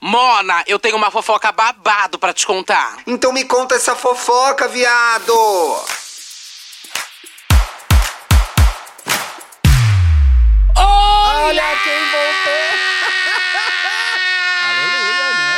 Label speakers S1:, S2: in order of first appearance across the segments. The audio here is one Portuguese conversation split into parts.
S1: Mona, eu tenho uma fofoca babado pra te contar.
S2: Então me conta essa fofoca, viado!
S1: Olha!
S2: Olha quem voltou!
S3: Aleluia, né?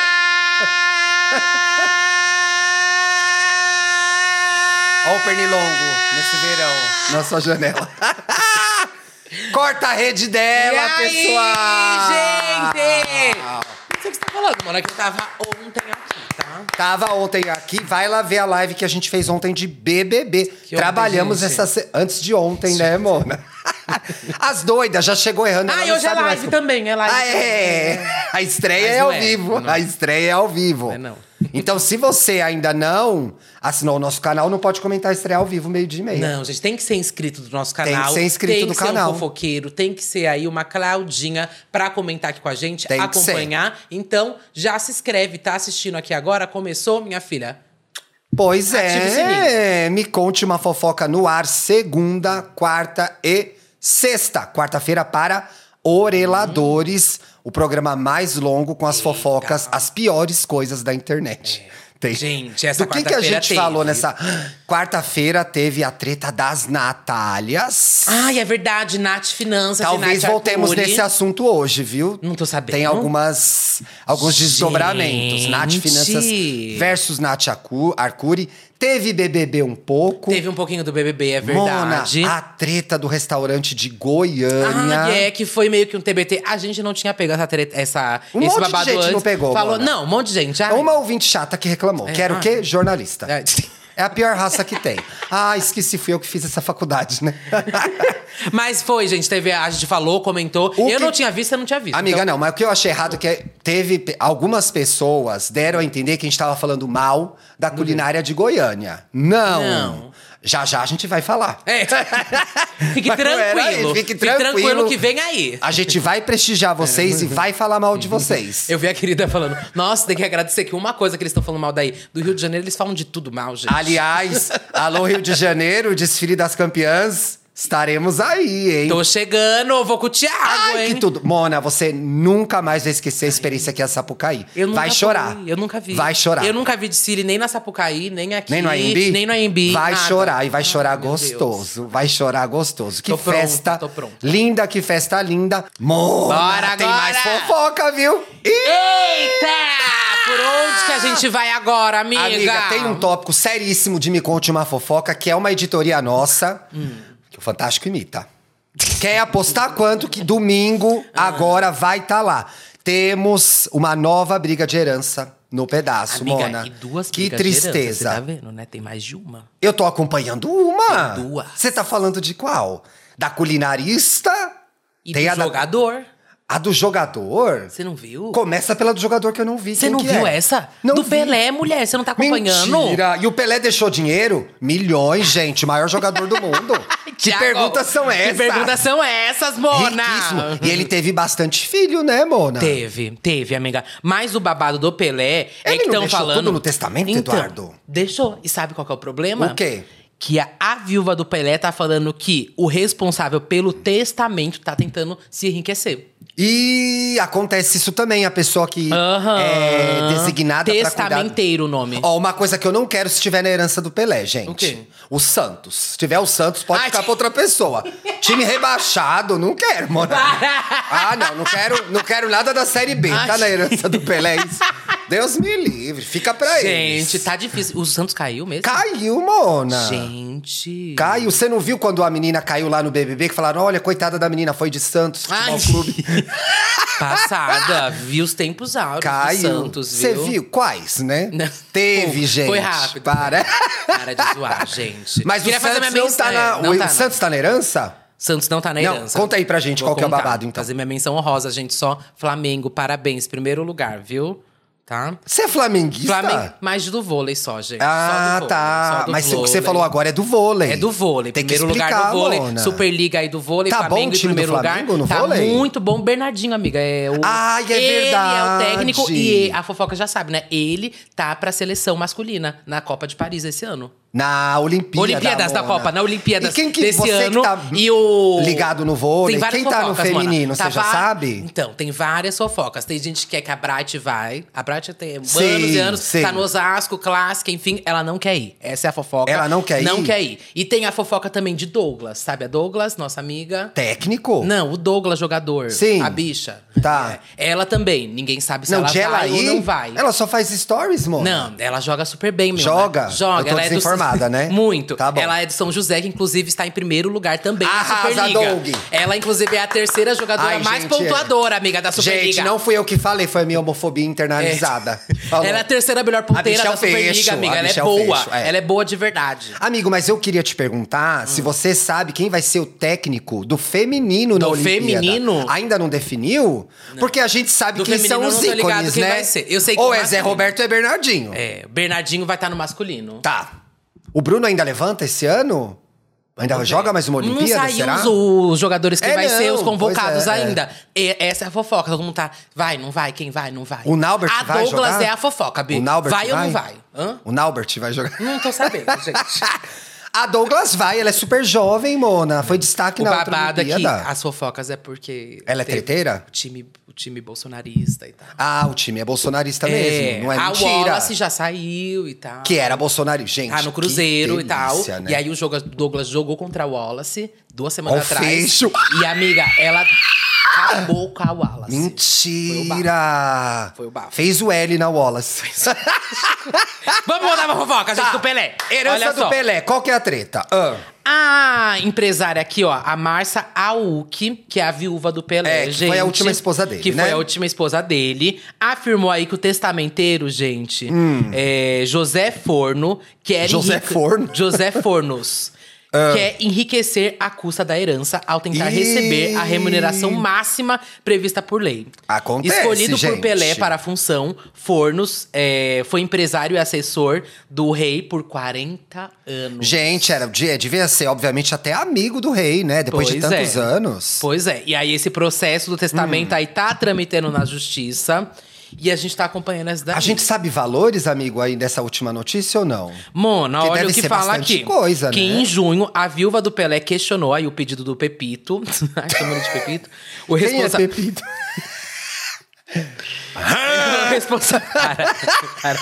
S3: Olha o pernilongo nesse verão na sua janela. Corta a rede dela, pessoal!
S4: gente! Não sei o que você tá falando, mano. É que eu tava ontem aqui, tá?
S3: Tava ontem aqui, vai lá ver a live que a gente fez ontem de BBB.
S4: ontem,
S3: Trabalhamos
S4: gente?
S3: essa se- antes de ontem, né, Mona? As doidas já chegou errando. ela
S4: Ah, e
S3: não
S4: hoje é
S3: sabe mais
S4: live
S3: como-
S4: também, é live.
S3: Ah, é. A estreia
S4: Mas
S3: é
S4: não
S3: ao
S4: é,
S3: vivo.
S4: não é.
S3: A estreia é ao vivo.
S4: É, não.
S3: Então, se você ainda não assinou o nosso canal, não pode comentar a estreia ao vivo, meio dia e meia.
S4: Não, gente, tem que ser inscrito do nosso
S3: que
S4: canal.
S3: ser inscrito
S4: tem
S3: do
S4: que
S3: canal.
S4: Ser um fofoqueiro, tem que ser aí uma Claudinha pra comentar aqui com a gente,
S3: Tem que
S4: acompanhar. Então, já se inscreve, tá assistindo aqui agora? Começou, minha filha?
S3: Pois
S4: Ative o
S3: é.
S4: sininho.
S3: Me conte uma fofoca no ar segunda, quarta e sexta. Quarta-feira para Oreladores, o programa mais longo com as fofocas, as piores coisas da internet. Tem.
S4: É. Gente, essa
S3: Do que, que a
S4: quarta-feira
S3: gente
S4: teve.
S3: falou nessa quarta-feira teve a treta das Natálias.
S4: Ai, é verdade, Nath Finanças.
S3: Talvez
S4: Nath
S3: voltemos
S4: Arcuri.
S3: nesse assunto hoje, viu?
S4: Não tô sabendo.
S3: Tem algumas, alguns desdobramentos. Nath
S4: Gente.
S3: Finanças versus Nath Acu- Arcuri. Teve BBB um pouco.
S4: Teve um pouquinho do BBB, é verdade.
S3: Mona, a treta do restaurante de Goiânia.
S4: Ah, é, que foi meio que um TBT. A gente não tinha pego essa treta, essa,
S3: Um
S4: esse
S3: monte de
S4: babado
S3: gente não
S4: antes.
S3: pegou,
S4: Falou,
S3: Mona.
S4: não, um monte de gente. Ai.
S3: É Uma ouvinte chata que reclamou. Quero o
S4: ah.
S3: quê? Jornalista.
S4: É.
S3: É a pior raça que tem. Ah, esqueci, fui eu que fiz essa faculdade, né?
S4: Mas foi, gente, teve, a gente falou, comentou.
S3: O
S4: eu
S3: que-
S4: não tinha visto, você não tinha visto. então.
S3: Amiga, não, mas o que eu achei errado é que teve pe- algumas pessoas deram a entender que a gente tava falando mal da culinária de Goiânia. Não.
S4: Uhum. Não.
S3: Já já a gente vai falar.
S4: É. Fique
S3: Mas não era
S4: tranquilo.
S3: isso, fique
S4: Fique tranquilo
S3: tranquilo.
S4: que vem aí.
S3: A gente vai prestigiar vocês e vai falar mal de vocês.
S4: É. Uhum. Eu vi a querida falando, nossa, tem que agradecer que uma coisa que eles estão falando mal daí. Do Rio de Janeiro, eles falam de tudo mal, gente.
S3: Aliás, alô Rio de Janeiro, desfile das campeãs, estaremos aí, hein?
S4: Tô chegando, vou com o Thiago,
S3: Ai,
S4: hein?
S3: que tudo. Mona, você nunca mais vai esquecer a experiência que é a Sapucaí.
S4: Eu nunca
S3: vai chorar.
S4: fui, eu nunca vi.
S3: Vai chorar.
S4: Eu nunca vi de Siri nem na Sapucaí, nem aqui.
S3: Nem no AMB?
S4: Nem no AMB.
S3: Vai
S4: nada.
S3: chorar e vai
S4: Ai,
S3: chorar
S4: meu
S3: gostoso. Vai chorar gostoso. Que
S4: Tô pronta,
S3: festa
S4: tô pronta.
S3: linda, que festa linda. Mona,
S4: Bora
S3: tem
S4: agora!
S3: mais fofoca, viu?
S4: Deus.
S3: Ih,
S4: Eita! Por onde que a gente vai agora, amiga?
S3: amiga, tem um tópico seríssimo de Me Conte Uma Fofoca, que é uma editoria nossa,
S4: Hum.
S3: que o Fantástico imita. Quer apostar quanto que domingo
S4: Ah.
S3: agora vai estar lá. Temos uma nova briga de herança no pedaço,
S4: Amiga,
S3: Mona.
S4: e duas
S3: que
S4: brigas de herança,
S3: tristeza.
S4: Você tá vendo, né? Tem mais de uma.
S3: Eu tô acompanhando uma.
S4: Tem duas.
S3: Você tá falando de qual? Da culinarista?
S4: E
S3: Tem
S4: do
S3: a da-
S4: jogador.
S3: A do jogador?
S4: Você não viu?
S3: Começa pela do jogador que eu não vi.
S4: Você
S3: Quem
S4: não
S3: que
S4: viu
S3: é?
S4: essa?
S3: Não
S4: do
S3: vi.
S4: Pelé, mulher, você não tá acompanhando?
S3: Mentira. E o Pelé deixou dinheiro? Milhões, gente. O maior jogador do mundo. que
S4: Thiago,
S3: perguntas são essas?
S4: Que perguntas são né? Uhum. essas, Mona?
S3: Riquíssimo. E ele teve bastante filho, né, Mona?
S4: Teve, teve, amiga. Mas o babado do Pelé é que
S3: Ele não
S4: estão
S3: deixou
S4: falando.
S3: tudo no testamento,
S4: Então,
S3: Eduardo?
S4: Deixou. E sabe qual que é o problema?
S3: O quê?
S4: Que a, a viúva do Pelé tá falando que o responsável pelo testamento tá tentando se enriquecer.
S3: E acontece isso também. A pessoa que
S4: Aham.
S3: é designada pra cuidar...
S4: Testamenteiro o nome.
S3: Ó, uma coisa que eu não quero se tiver na herança do Pelé, gente.
S4: O quê?
S3: O Santos. Se tiver o Santos, pode
S4: Ai,
S3: ficar
S4: gente.
S3: pra outra pessoa. Time rebaixado, não quero, mano. Ah, não, não quero, não quero nada da Série B. Tá
S4: Ai.
S3: na herança do Pelé. isso. Deus me livre, fica pra eles.
S4: Gente, tá difícil. O Santos caiu mesmo?
S3: Caiu, Mona.
S4: Gente.
S3: Caiu. Você não viu quando a menina caiu lá no BBB? Que falaram, olha, coitada da menina, foi de Santos, futebol
S4: Ai.
S3: clube.
S4: Passada. Vi os tempos áureos
S3: Caiu.
S4: do Santos,
S3: Você
S4: viu?
S3: viu? Quais, né?
S4: Não.
S3: Teve,
S4: Foi
S3: gente.
S4: rápido.
S3: Para.
S4: Para de zoar, gente.
S3: Mas o
S4: Queria fazer
S3: Santos,
S4: minha
S3: não tá
S4: menção-
S3: na,
S4: é, não
S3: o
S4: tá na-
S3: Santos tá na herança?
S4: Santos não tá na
S3: Não,
S4: herança.
S3: conta aí pra gente
S4: Vou
S3: qual que é o
S4: contar.
S3: babado, então.
S4: Fazer minha menção honrosa, gente. Só Flamengo, parabéns. Primeiro lugar, viu? Tá?
S3: Você é flamenguista?
S4: Flamengo, mais do vôlei só, gente.
S3: Ah,
S4: só do vôlei,
S3: tá.
S4: só do
S3: Mas o que você
S4: vôlei.
S3: falou agora é do vôlei.
S4: É do vôlei.
S3: Tem que
S4: primeiro lugar
S3: explicar,
S4: do vôlei.
S3: Mona.
S4: Superliga aí do vôlei.
S3: Tá bom
S4: Flamengo
S3: o
S4: em
S3: time do
S4: primeiro
S3: Flamengo
S4: lugar.
S3: no
S4: tá
S3: vôlei?
S4: muito bom. Bernardinho, amiga. É o,
S3: Ai, é
S4: ele
S3: verdade.
S4: é o técnico e a fofoca já sabe, né? Ele tá pra seleção masculina na Copa de Paris esse ano.
S3: Na Olimpíada.
S4: Olimpíadas da
S3: Mona.
S4: Copa, na Olimpíadas
S3: E quem que
S4: desse
S3: você
S4: ano.
S3: que tá
S4: e o.
S3: ligado no vôlei?
S4: Tem várias
S3: Quem tá no
S4: fofocas, Mona.
S3: feminino,
S4: Tá
S3: você já
S4: va-
S3: sabe?
S4: Então, tem várias fofocas. Tem gente que quer que a Bright vai. A Bright já tem
S3: Sim,
S4: anos e anos,
S3: sim.
S4: tá no Osasco, clássica, enfim, ela não quer ir. Essa é a fofoca.
S3: Ela não quer
S4: Não
S3: ir?
S4: quer ir. E tem a fofoca também de Douglas, sabe? A Douglas, nossa amiga.
S3: Técnico?
S4: Não, o Douglas, jogador.
S3: Sim.
S4: A bicha.
S3: Tá.
S4: É. Ela também. Ninguém sabe se
S3: Não,
S4: ela
S3: de ela
S4: vai
S3: aí,
S4: ou não vai.
S3: Ela só faz stories, mano.
S4: Não, ela joga super bem, meu.
S3: Joga?
S4: né? Joga.
S3: Eu tô
S4: ela é
S3: desinformada,
S4: do...
S3: né?
S4: Muito.
S3: Tá bom.
S4: Ela é do São José, que inclusive está em primeiro lugar também
S3: Arrasa,
S4: na Superliga.
S3: Doug!
S4: Ela, inclusive, é a terceira jogadora
S3: Ai,
S4: mais
S3: gente, é.
S4: pontuadora, amiga, da Superliga. É.
S3: Gente, não fui eu que falei, foi a minha homofobia internalizada. Falou.
S4: Ela é a terceira melhor
S3: A
S4: ponteira
S3: bicha é
S4: da
S3: o
S4: Superliga,
S3: fecho,
S4: amiga.
S3: a
S4: Ela é
S3: bicha é o
S4: boa.
S3: fecho, é.
S4: Ela é boa de verdade.
S3: Amigo, mas eu queria te perguntar
S4: Hum.
S3: se você sabe quem vai ser o técnico do feminino na
S4: Do
S3: Olimpíada.
S4: feminino?
S3: Ainda não definiu? Porque a gente sabe
S4: Do
S3: quem
S4: feminino
S3: são
S4: eu
S3: os
S4: não tô ligado
S3: ícones,
S4: quem
S3: né?
S4: vai ser. Eu sei que
S3: Ou
S4: o
S3: é Zé
S4: masculino.
S3: Roberto ou é Bernardinho.
S4: É, o Bernardinho vai estar no masculino.
S3: Tá. O Bruno ainda levanta esse ano? Ainda joga mais uma Olimpíada,
S4: Não saiu
S3: será?
S4: os, os jogadores que
S3: É,
S4: vai ser
S3: não,
S4: os convocados
S3: pois é, é.
S4: ainda. E- essa é a fofoca. Todo mundo tá. Vai, não vai, quem vai, não vai.
S3: O Naubert
S4: a
S3: vai
S4: Douglas
S3: jogar?
S4: é a fofoca, Bi.
S3: O Naubert
S4: vai,
S3: vai,
S4: ou não vai? Hã?
S3: O Naubert vai jogar.
S4: Não tô sabendo, gente.
S3: Ah, A Douglas vai, ela é super jovem, Mona. Foi destaque
S4: o
S3: na outra
S4: babado é que
S3: Olimpíada.
S4: as fofocas é porque.
S3: Ela é
S4: teve
S3: treteira?
S4: O time, o time bolsonarista e tal.
S3: Ah, o time é bolsonarista mesmo, não é
S4: a
S3: mentira.
S4: Wallace já saiu e tal.
S3: Que era bolsonarista, gente.
S4: Tá no Cruzeiro
S3: que
S4: e tal.
S3: delícia, Né?
S4: E aí o jogo- Douglas jogou contra a Wallace duas semanas
S3: Ó,
S4: atrás.
S3: fecho.
S4: E amiga, ela acabou com a Wallace.
S3: Mentira!
S4: Foi o bafo.
S3: Fez o L na Wallace.
S4: Vamos voltar pra fofoca, gente,
S3: Tá.
S4: do Pelé.
S3: Herança
S4: Olha
S3: do
S4: só.
S3: Pelé. Qual que é a treta? Ah,
S4: A empresária aqui, ó, a Marcia Auk, que é a viúva do Pelé,
S3: É, que
S4: gente.
S3: foi a última esposa dele,
S4: Que
S3: né?
S4: foi a última esposa dele. Afirmou aí que o testamenteiro, gente, é José Forno, quer...
S3: Hum. José
S4: enrique-
S3: Forno? Ah.
S4: José Fornos. Quer enriquecer à custa da herança ao tentar
S3: Ih.
S4: receber a remuneração máxima prevista por lei.
S3: Ah, Acontece,
S4: Escolhido por
S3: gente.
S4: Pelé para a função, Fornos é, foi empresário e assessor do rei por 40 anos.
S3: gente, era, de- devia ser, obviamente, até amigo do rei, né? Depois de
S4: Pois é.
S3: tantos anos.
S4: Pois é, e aí esse processo do testamento
S3: Hum.
S4: aí tá tramitando na justiça e a gente tá acompanhando essa daí.
S3: A gente sabe valores, amigo, aí dessa última notícia ou não?
S4: Mona,
S3: Que
S4: olha
S3: deve
S4: o que
S3: ser
S4: fala
S3: bastante
S4: aqui.
S3: coisa,
S4: que
S3: né?
S4: em junho a viúva do Pelé questionou aí o pedido do Pepito. Ai, chamando de Pepito. O
S3: Quem é
S4: responsável.
S3: Pepito?
S4: O responsável. Para, para,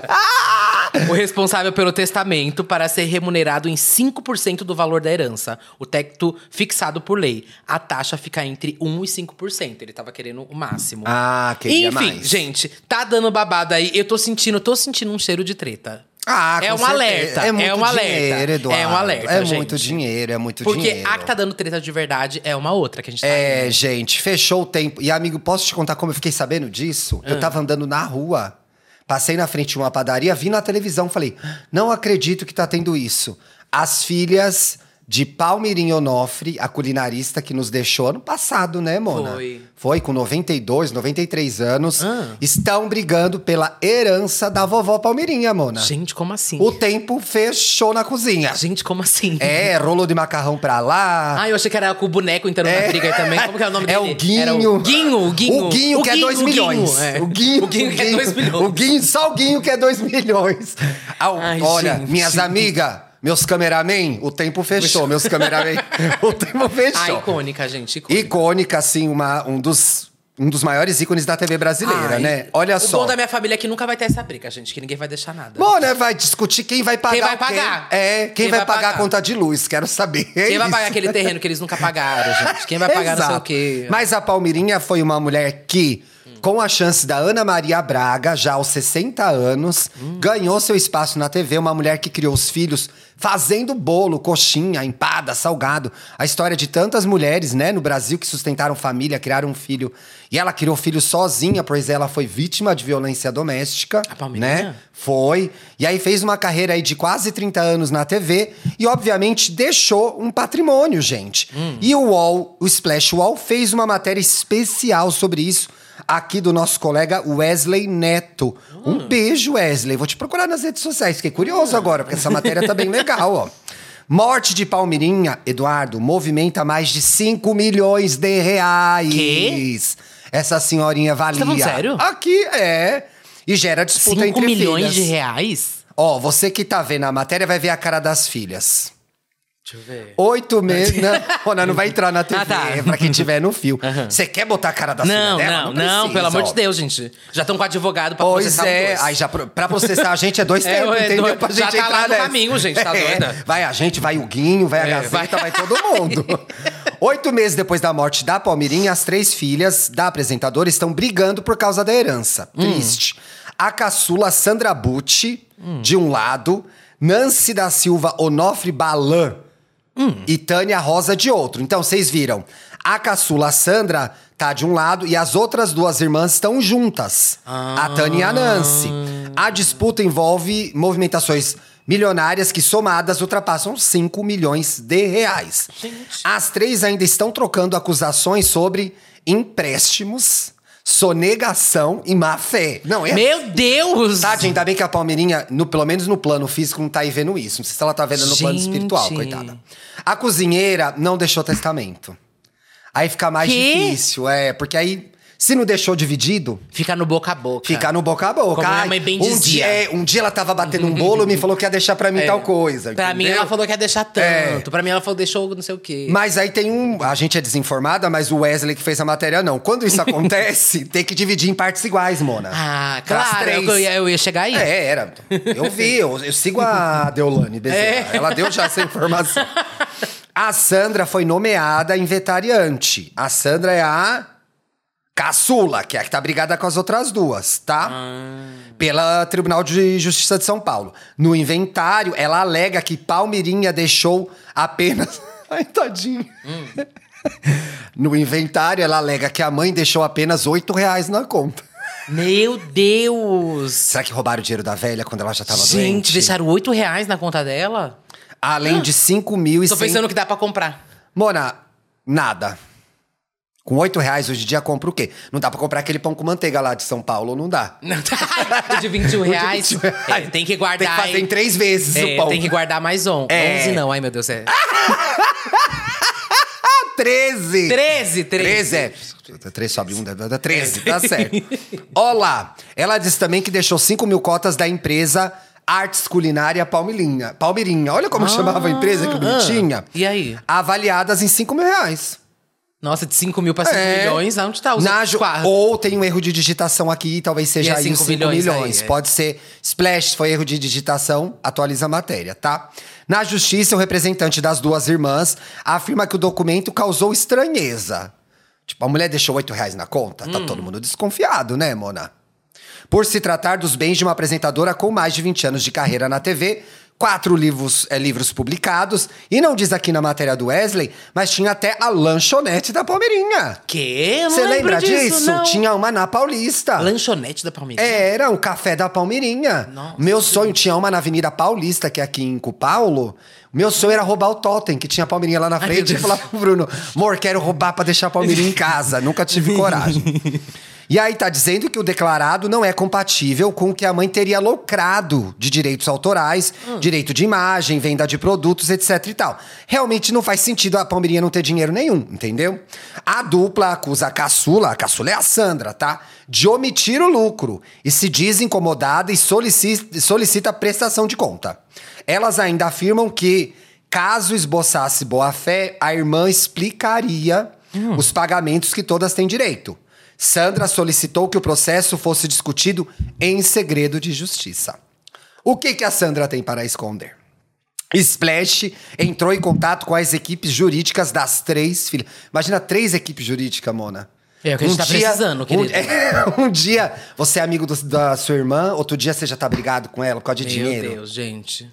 S4: para. O responsável pelo testamento para ser remunerado em 5% do valor da herança, o teto fixado por lei. A taxa fica entre 1% e 5%. Ele tava querendo o máximo.
S3: Ah, queria
S4: Enfim,
S3: mais.
S4: gente, tá dando babado aí. Eu tô sentindo, tô sentindo um cheiro de treta.
S3: Ah,
S4: É
S3: com
S4: um
S3: certeza.
S4: alerta,
S3: É
S4: é
S3: muito
S4: um alerta,
S3: dinheiro,
S4: é um
S3: Eduardo.
S4: alerta,
S3: É
S4: gente.
S3: muito dinheiro, é muito
S4: Porque
S3: dinheiro.
S4: a que tá dando treta de verdade é uma outra que a gente tá.
S3: É, gente, fechou o tempo. E, amigo, posso te contar como eu fiquei sabendo disso?
S4: Ah.
S3: Eu tava andando na rua, passei na frente de uma padaria, vi na televisão, falei, não acredito que tá tendo isso. As filhas de Palmirim Onofre, a culinarista que nos deixou ano passado, né, Mona?
S4: Foi. Ah.
S3: Foi, com 92, 93 anos. Estão brigando pela herança da vovó Palmirinha, Mona.
S4: Gente, como assim?
S3: O tempo fechou na cozinha.
S4: Gente, como assim?
S3: É, rolo de macarrão pra lá.
S4: Ah, eu achei que era com o boneco entrando na briga aí também. Como que é o nome
S3: É
S4: dele?
S3: o Guinho.
S4: Era o Guinho, o Guinho.
S3: O Guinho que é 2
S4: o Guinho,
S3: milhões.
S4: é.
S3: O Guinho,
S4: o Guinho que é 2 milhões.
S3: O Guinho, só o Guinho que é 2 milhões. Ah, o-
S4: Ai,
S3: olha,
S4: gente.
S3: minhas amigas, meus cameramen, o tempo fechou, meus cameramen. o tempo fechou.
S4: Ah, icônica, gente. Icônica.
S3: Icônica, assim, uma, um, dos, um dos maiores ícones da TV brasileira,
S4: Ai,
S3: né? Olha
S4: o
S3: só.
S4: bom da minha família é que nunca vai ter essa briga, gente. Que ninguém vai deixar nada.
S3: Bom, né? Vai discutir quem vai pagar.
S4: Quem vai
S3: o quê.
S4: pagar?
S3: É, quem, vai, pagar, a conta de luz, quero saber.
S4: Quem vai
S3: é Isso.
S4: pagar aquele terreno que eles nunca pagaram, gente? Quem vai pagar não sei o
S3: Exato.
S4: quê?
S3: Mas a Palmirinha foi uma mulher que, com a chance da Ana Maria Braga, já aos 60 anos, ganhou seu espaço na TV. Uma mulher que criou os filhos fazendo bolo, coxinha, empada, salgado. A história de tantas mulheres, né, no Brasil, que sustentaram família, criaram um filho. E ela criou filho sozinha, pois ela foi vítima de violência doméstica.
S4: A Palmirinha?
S3: Né? Foi. E aí fez uma carreira aí de quase 30 anos na TV e, obviamente, deixou um patrimônio, gente.
S4: Hum.
S3: E o UOL, o Splash UOL, fez uma matéria especial sobre isso aqui do nosso colega Wesley Neto. Um
S4: Hum.
S3: beijo, Wesley. Vou te procurar nas redes sociais. Fiquei curioso agora, porque essa matéria tá bem legal, ó. Morte de Palmirinha, Eduardo, movimenta mais de 5 milhões de reais.
S4: Quê? tá
S3: Essa senhorinha valia.
S4: falando sério?
S3: Aqui é. E gera disputa
S4: 5
S3: entre
S4: milhões
S3: filhas.
S4: de reais?
S3: Ó, você que tá vendo a matéria vai ver a cara das filhas.
S4: Deixa eu ver.
S3: Oito meses. Não, não, não vai entrar na TV,
S4: Ah, tá.
S3: é pra quem tiver no fio.
S4: Aham.
S3: Você quer botar a cara da filha
S4: Não,
S3: dela?
S4: não, não,
S3: precisa,
S4: pelo amor
S3: ó.
S4: de Deus, gente. Já estão com advogado pra
S3: Pois
S4: processar os
S3: é,
S4: dois.
S3: aí já pro- pra processar a gente é dois
S4: É,
S3: tempos,
S4: é
S3: entendeu?
S4: dois-
S3: pra
S4: já
S3: gente
S4: tá
S3: entrar
S4: lá no
S3: nessa.
S4: caminho, gente, tá
S3: É,
S4: doida?
S3: vai a gente, vai o Guinho, vai a
S4: É,
S3: Gazeta, vai... todo mundo. Oito meses depois da morte da Palmirinha, as três filhas da apresentadora estão brigando por causa da herança.
S4: Hum.
S3: Triste. A caçula Sandra Bucci, de um lado, Nancy da Silva Onofre Balan e Tânia Rosa de outro. Então, vocês viram. A caçula Sandra tá de um lado e as outras duas irmãs estão juntas. A Tânia e a Nancy. A disputa envolve movimentações milionárias que somadas ultrapassam 5 milhões de reais. As três ainda estão trocando acusações sobre empréstimos, sonegação e má fé. Não, é
S4: Meu Deus!
S3: Tadinha, ainda bem que a Palmeirinha, no- pelo menos no plano físico, não tá aí vendo isso. Não sei se ela tá vendo no plano
S4: Gente.
S3: espiritual, coitada. A cozinheira não deixou testamento. Aí fica mais
S4: Quê?
S3: difícil, é. Porque aí, se não deixou dividido,
S4: Fica no boca a boca.
S3: fica no boca a boca.
S4: Como minha
S3: Ai,
S4: mãe bem
S3: um
S4: dizia.
S3: Dia, é, um dia ela tava batendo um bolo e me falou que ia deixar pra mim
S4: É.
S3: tal coisa.
S4: Pra mim,
S3: entendeu?
S4: ela falou que ia deixar
S3: É.
S4: tanto. Pra mim, ela falou deixou não sei o quê.
S3: Mas aí tem um. A gente é desinformada, mas o Wesley que fez a matéria não. Quando isso acontece, tem que dividir em partes iguais, Mona.
S4: Ah,
S3: Pras
S4: claro,
S3: três.
S4: eu ia, eu ia chegar aí.
S3: É, era. Eu vi, eu, eu sigo a Deolane Bezerra.
S4: É.
S3: Ela deu já essa informação. A Sandra foi nomeada inventariante. A Sandra é a caçula, que é a que tá brigada com as outras duas, tá?
S4: Ah.
S3: Pela Tribunal de Justiça de São Paulo. No inventário, ela alega que Palmirinha deixou apenas. Ai, tadinho.
S4: Hum.
S3: No inventário, ela alega que a mãe deixou apenas R$ 8 reais na conta.
S4: Meu Deus!
S3: Será que roubaram o dinheiro da velha quando ela já tava
S4: Gente,
S3: doente?
S4: deixaram 8 reais na conta dela?
S3: Além de 5 mil e
S4: Tô pensando que dá pra comprar.
S3: Mona, nada. Com 8 reais hoje em dia compra o quê? Não dá pra comprar aquele pão com manteiga lá de São Paulo, não dá.
S4: o tá. de 21 reais. É, tem que guardar.
S3: um Tem que fazer
S4: hein?
S3: em três vezes
S4: É,
S3: o pão.
S4: tem que guardar mais on.
S3: É.
S4: 11 não, ai meu Deus. É.
S3: 13!
S4: 13, 13.
S3: 13, é. 3 sobe um, dá- dá 13, tá certo. Olá, ela diz também que deixou 5 mil cotas da empresa Artes Culinária Palmirinha. Palmirinha, olha como chamava a empresa, que bonitinha.
S4: Ah, E aí?
S3: Avaliadas em 5 mil reais.
S4: Nossa, de 5 mil pra 5
S3: É.
S4: milhões, onde tá os
S3: Na
S4: outros
S3: ju-
S4: quatro?
S3: Ou tem um erro de digitação aqui, talvez seja
S4: E é
S3: aí os
S4: cinco
S3: 5 milhões.
S4: milhões aí, é.
S3: Pode ser. Splash foi erro de digitação, atualiza a matéria, tá? Na justiça, o representante das duas irmãs afirma que o documento causou estranheza. Tipo, a mulher deixou 8 reais na conta?
S4: Hum.
S3: Tá todo mundo desconfiado, né, Mona? Por se tratar dos bens de uma apresentadora com mais de 20 anos de carreira na TV, quatro livros, eh, livros publicados, e não diz aqui na matéria do Wesley, mas tinha até a lanchonete da Palmeirinha.
S4: Que? Eu não
S3: Você
S4: lembro
S3: lembra disso?
S4: não.
S3: Tinha uma na Paulista.
S4: Lanchonete da Palmeiras.
S3: Era um café da Palmeirinha.
S4: Nossa,
S3: Meu sonho tinha uma na Avenida Paulista, que é aqui em Cupaulo. Meu sonho era roubar o totem, que tinha a Palmeirinha lá na
S4: meu
S3: frente. e
S4: Deus.
S3: falar pro Bruno, amor, quero roubar pra deixar a Palmeirinha em casa. Nunca tive coragem. E aí tá dizendo que o declarado não é compatível com o que a mãe teria lucrado de direitos autorais, direito de imagem, venda de produtos, etc e tal. Realmente não faz sentido a Palmeirinha não ter dinheiro nenhum, entendeu? A dupla acusa a caçula, a caçula é a Sandra, tá? De omitir o lucro e se diz incomodada e solicita, solicita prestação de conta. Elas ainda afirmam que, caso esboçasse boa-fé, a irmã explicaria os pagamentos que todas têm direito. Sandra solicitou que o processo fosse discutido em segredo de justiça. O que, que a Sandra tem para esconder? Splash entrou em contato com as equipes jurídicas das três filhas. Imagina três equipes jurídicas, Mona.
S4: É o que a gente tá precisando, querido.
S3: Um, um dia você é amigo do- da sua irmã, outro dia você já tá brigado com ela por causa de
S4: Meu
S3: dinheiro.
S4: Deus, gente.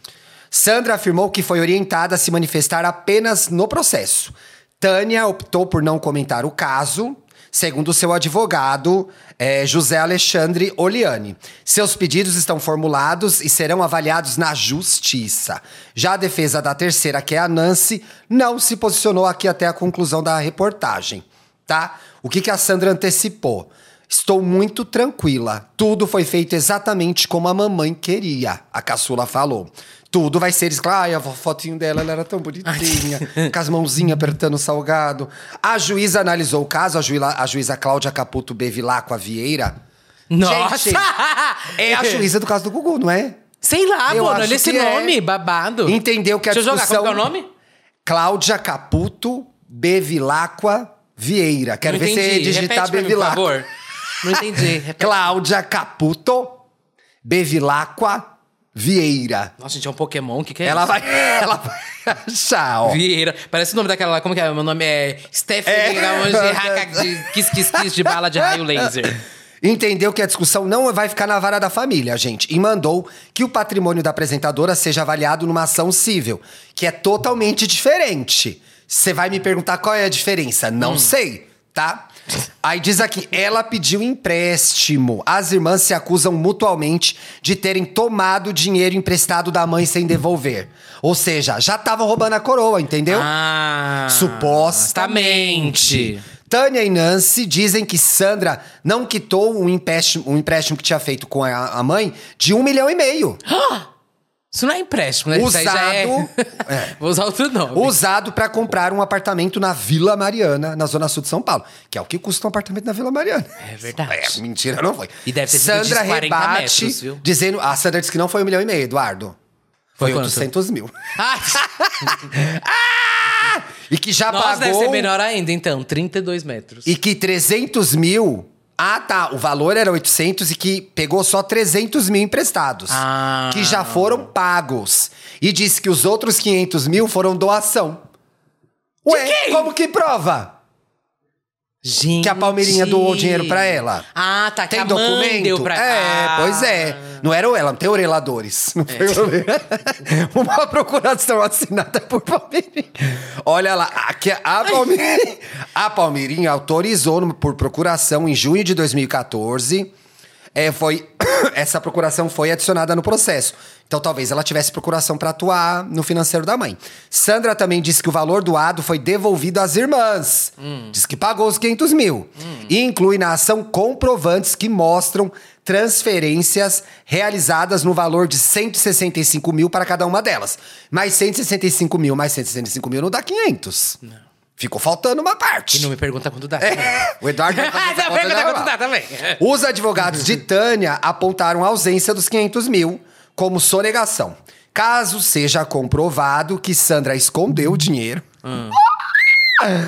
S3: Sandra afirmou que foi orientada a se manifestar apenas no processo. Tânia optou por não comentar o caso, segundo seu advogado, eh, José Alexandre Oliani. Seus pedidos estão formulados e serão avaliados na justiça. Já a defesa da terceira, que é a Nancy, não se posicionou aqui até a conclusão da reportagem, tá? O que, que a Sandra antecipou? Estou muito tranquila. Tudo foi feito exatamente como a mamãe queria, a caçula falou. Tudo vai ser esclarecido. Ai, a vo- fotinho dela, ela era tão bonitinha, com as mãozinhas apertando o salgado. A juíza analisou o caso, a, juíla- a juíza Cláudia Caputo Bevilacqua Vieira.
S4: Nossa!
S3: Gente, é a juíza do caso do Gugu, não é?
S4: Sei lá,
S3: Eu
S4: mano,
S3: acho
S4: olha esse
S3: que é.
S4: nome, babado.
S3: Entendeu que a
S4: Deixa eu jogar,
S3: discussão-
S4: qual que é o nome?
S3: Cláudia Caputo Bevilacqua Vieira. Quero
S4: Não
S3: ver
S4: entendi.
S3: você digitar
S4: Repete pra mim, por
S3: Bevilacqua.
S4: favor. Não entendi. Repete.
S3: Cláudia Caputo Bevilacqua Vieira.
S4: Nossa, gente, é um Pokémon, o que, que é
S3: Ela
S4: isso?
S3: vai, ela vai achar, ó.
S4: Vieira. Parece o nome daquela lá. Como que é? Meu nome é Stephanie Gamonji Haka de Kiss Kiss Kiss de bala de raio laser.
S3: Entendeu que a discussão não vai ficar na vara da família, gente. E mandou que o patrimônio da apresentadora seja avaliado numa ação civil, que é totalmente diferente. Você vai me perguntar qual é a diferença? Não sei, tá? Aí diz aqui, ela pediu empréstimo. As irmãs se acusam mutuamente de terem tomado dinheiro emprestado da mãe sem devolver. Ou seja, já estavam roubando a coroa, entendeu?
S4: Ah,
S3: Supostamente. Tânia e Nancy dizem que Sandra não quitou um empréstimo, um empréstimo que tinha feito com a, a mãe de um milhão e meio.
S4: Isso não é empréstimo, né? Isso aí já é...
S3: Usado.
S4: Vou usar outro nome.
S3: Usado para comprar um apartamento na Vila Mariana, na Zona Sul de São Paulo. Que é o que custa um apartamento na Vila Mariana.
S4: É verdade.
S3: É, mentira, não foi.
S4: E deve ter sido
S3: Sandra
S4: de 40
S3: rebate,
S4: metros, viu?
S3: dizendo... A Sandra disse que não foi um milhão e meio, Eduardo. Foi,
S4: quanto?
S3: 800 mil.
S4: Ah,
S3: E que já
S4: nossa, deve
S3: pagou...
S4: ser menor ainda, então. 32 metros.
S3: E que 300 mil. Ah, tá. O valor era 800 e que pegou só 300 mil emprestados.
S4: Ah.
S3: Que já foram pagos. E disse que os outros 500 mil foram doação. Ué, como que prova?
S4: Gente.
S3: Que a Palmeirinha doou dinheiro pra ela.
S4: Ah, tá. que
S3: Tem
S4: a mãe
S3: documento?
S4: deu pra
S3: É,
S4: Ah.
S3: pois é. Não era ela, não tem
S4: É.
S3: oreladores. Não foi o- Uma procuração assinada por Palmeirinha. Olha lá, aqui a, Palmeirinha, a Palmeirinha autorizou numa- por procuração em junho de 2014. É, foi, essa procuração foi adicionada no processo. Então talvez ela tivesse procuração pra atuar no financeiro da mãe. Sandra também disse que o valor doado foi devolvido às irmãs.
S4: Hum.
S3: Diz que pagou os 500 mil. E inclui na ação comprovantes que mostram transferências realizadas no valor de 165 mil para cada uma delas. Mas 165 mil mais 165 mil não dá 500. Ficou faltando uma parte. É.
S4: E não me pergunta quanto dá.
S3: O Eduardo vai fazer
S4: Ah,
S3: essa
S4: não
S3: conta
S4: pergunta
S3: já
S4: quanto
S3: lá.
S4: dá também.
S3: Os advogados de Tânia apontaram a ausência dos 500 mil como sonegação. Caso seja comprovado que Sandra escondeu o dinheiro,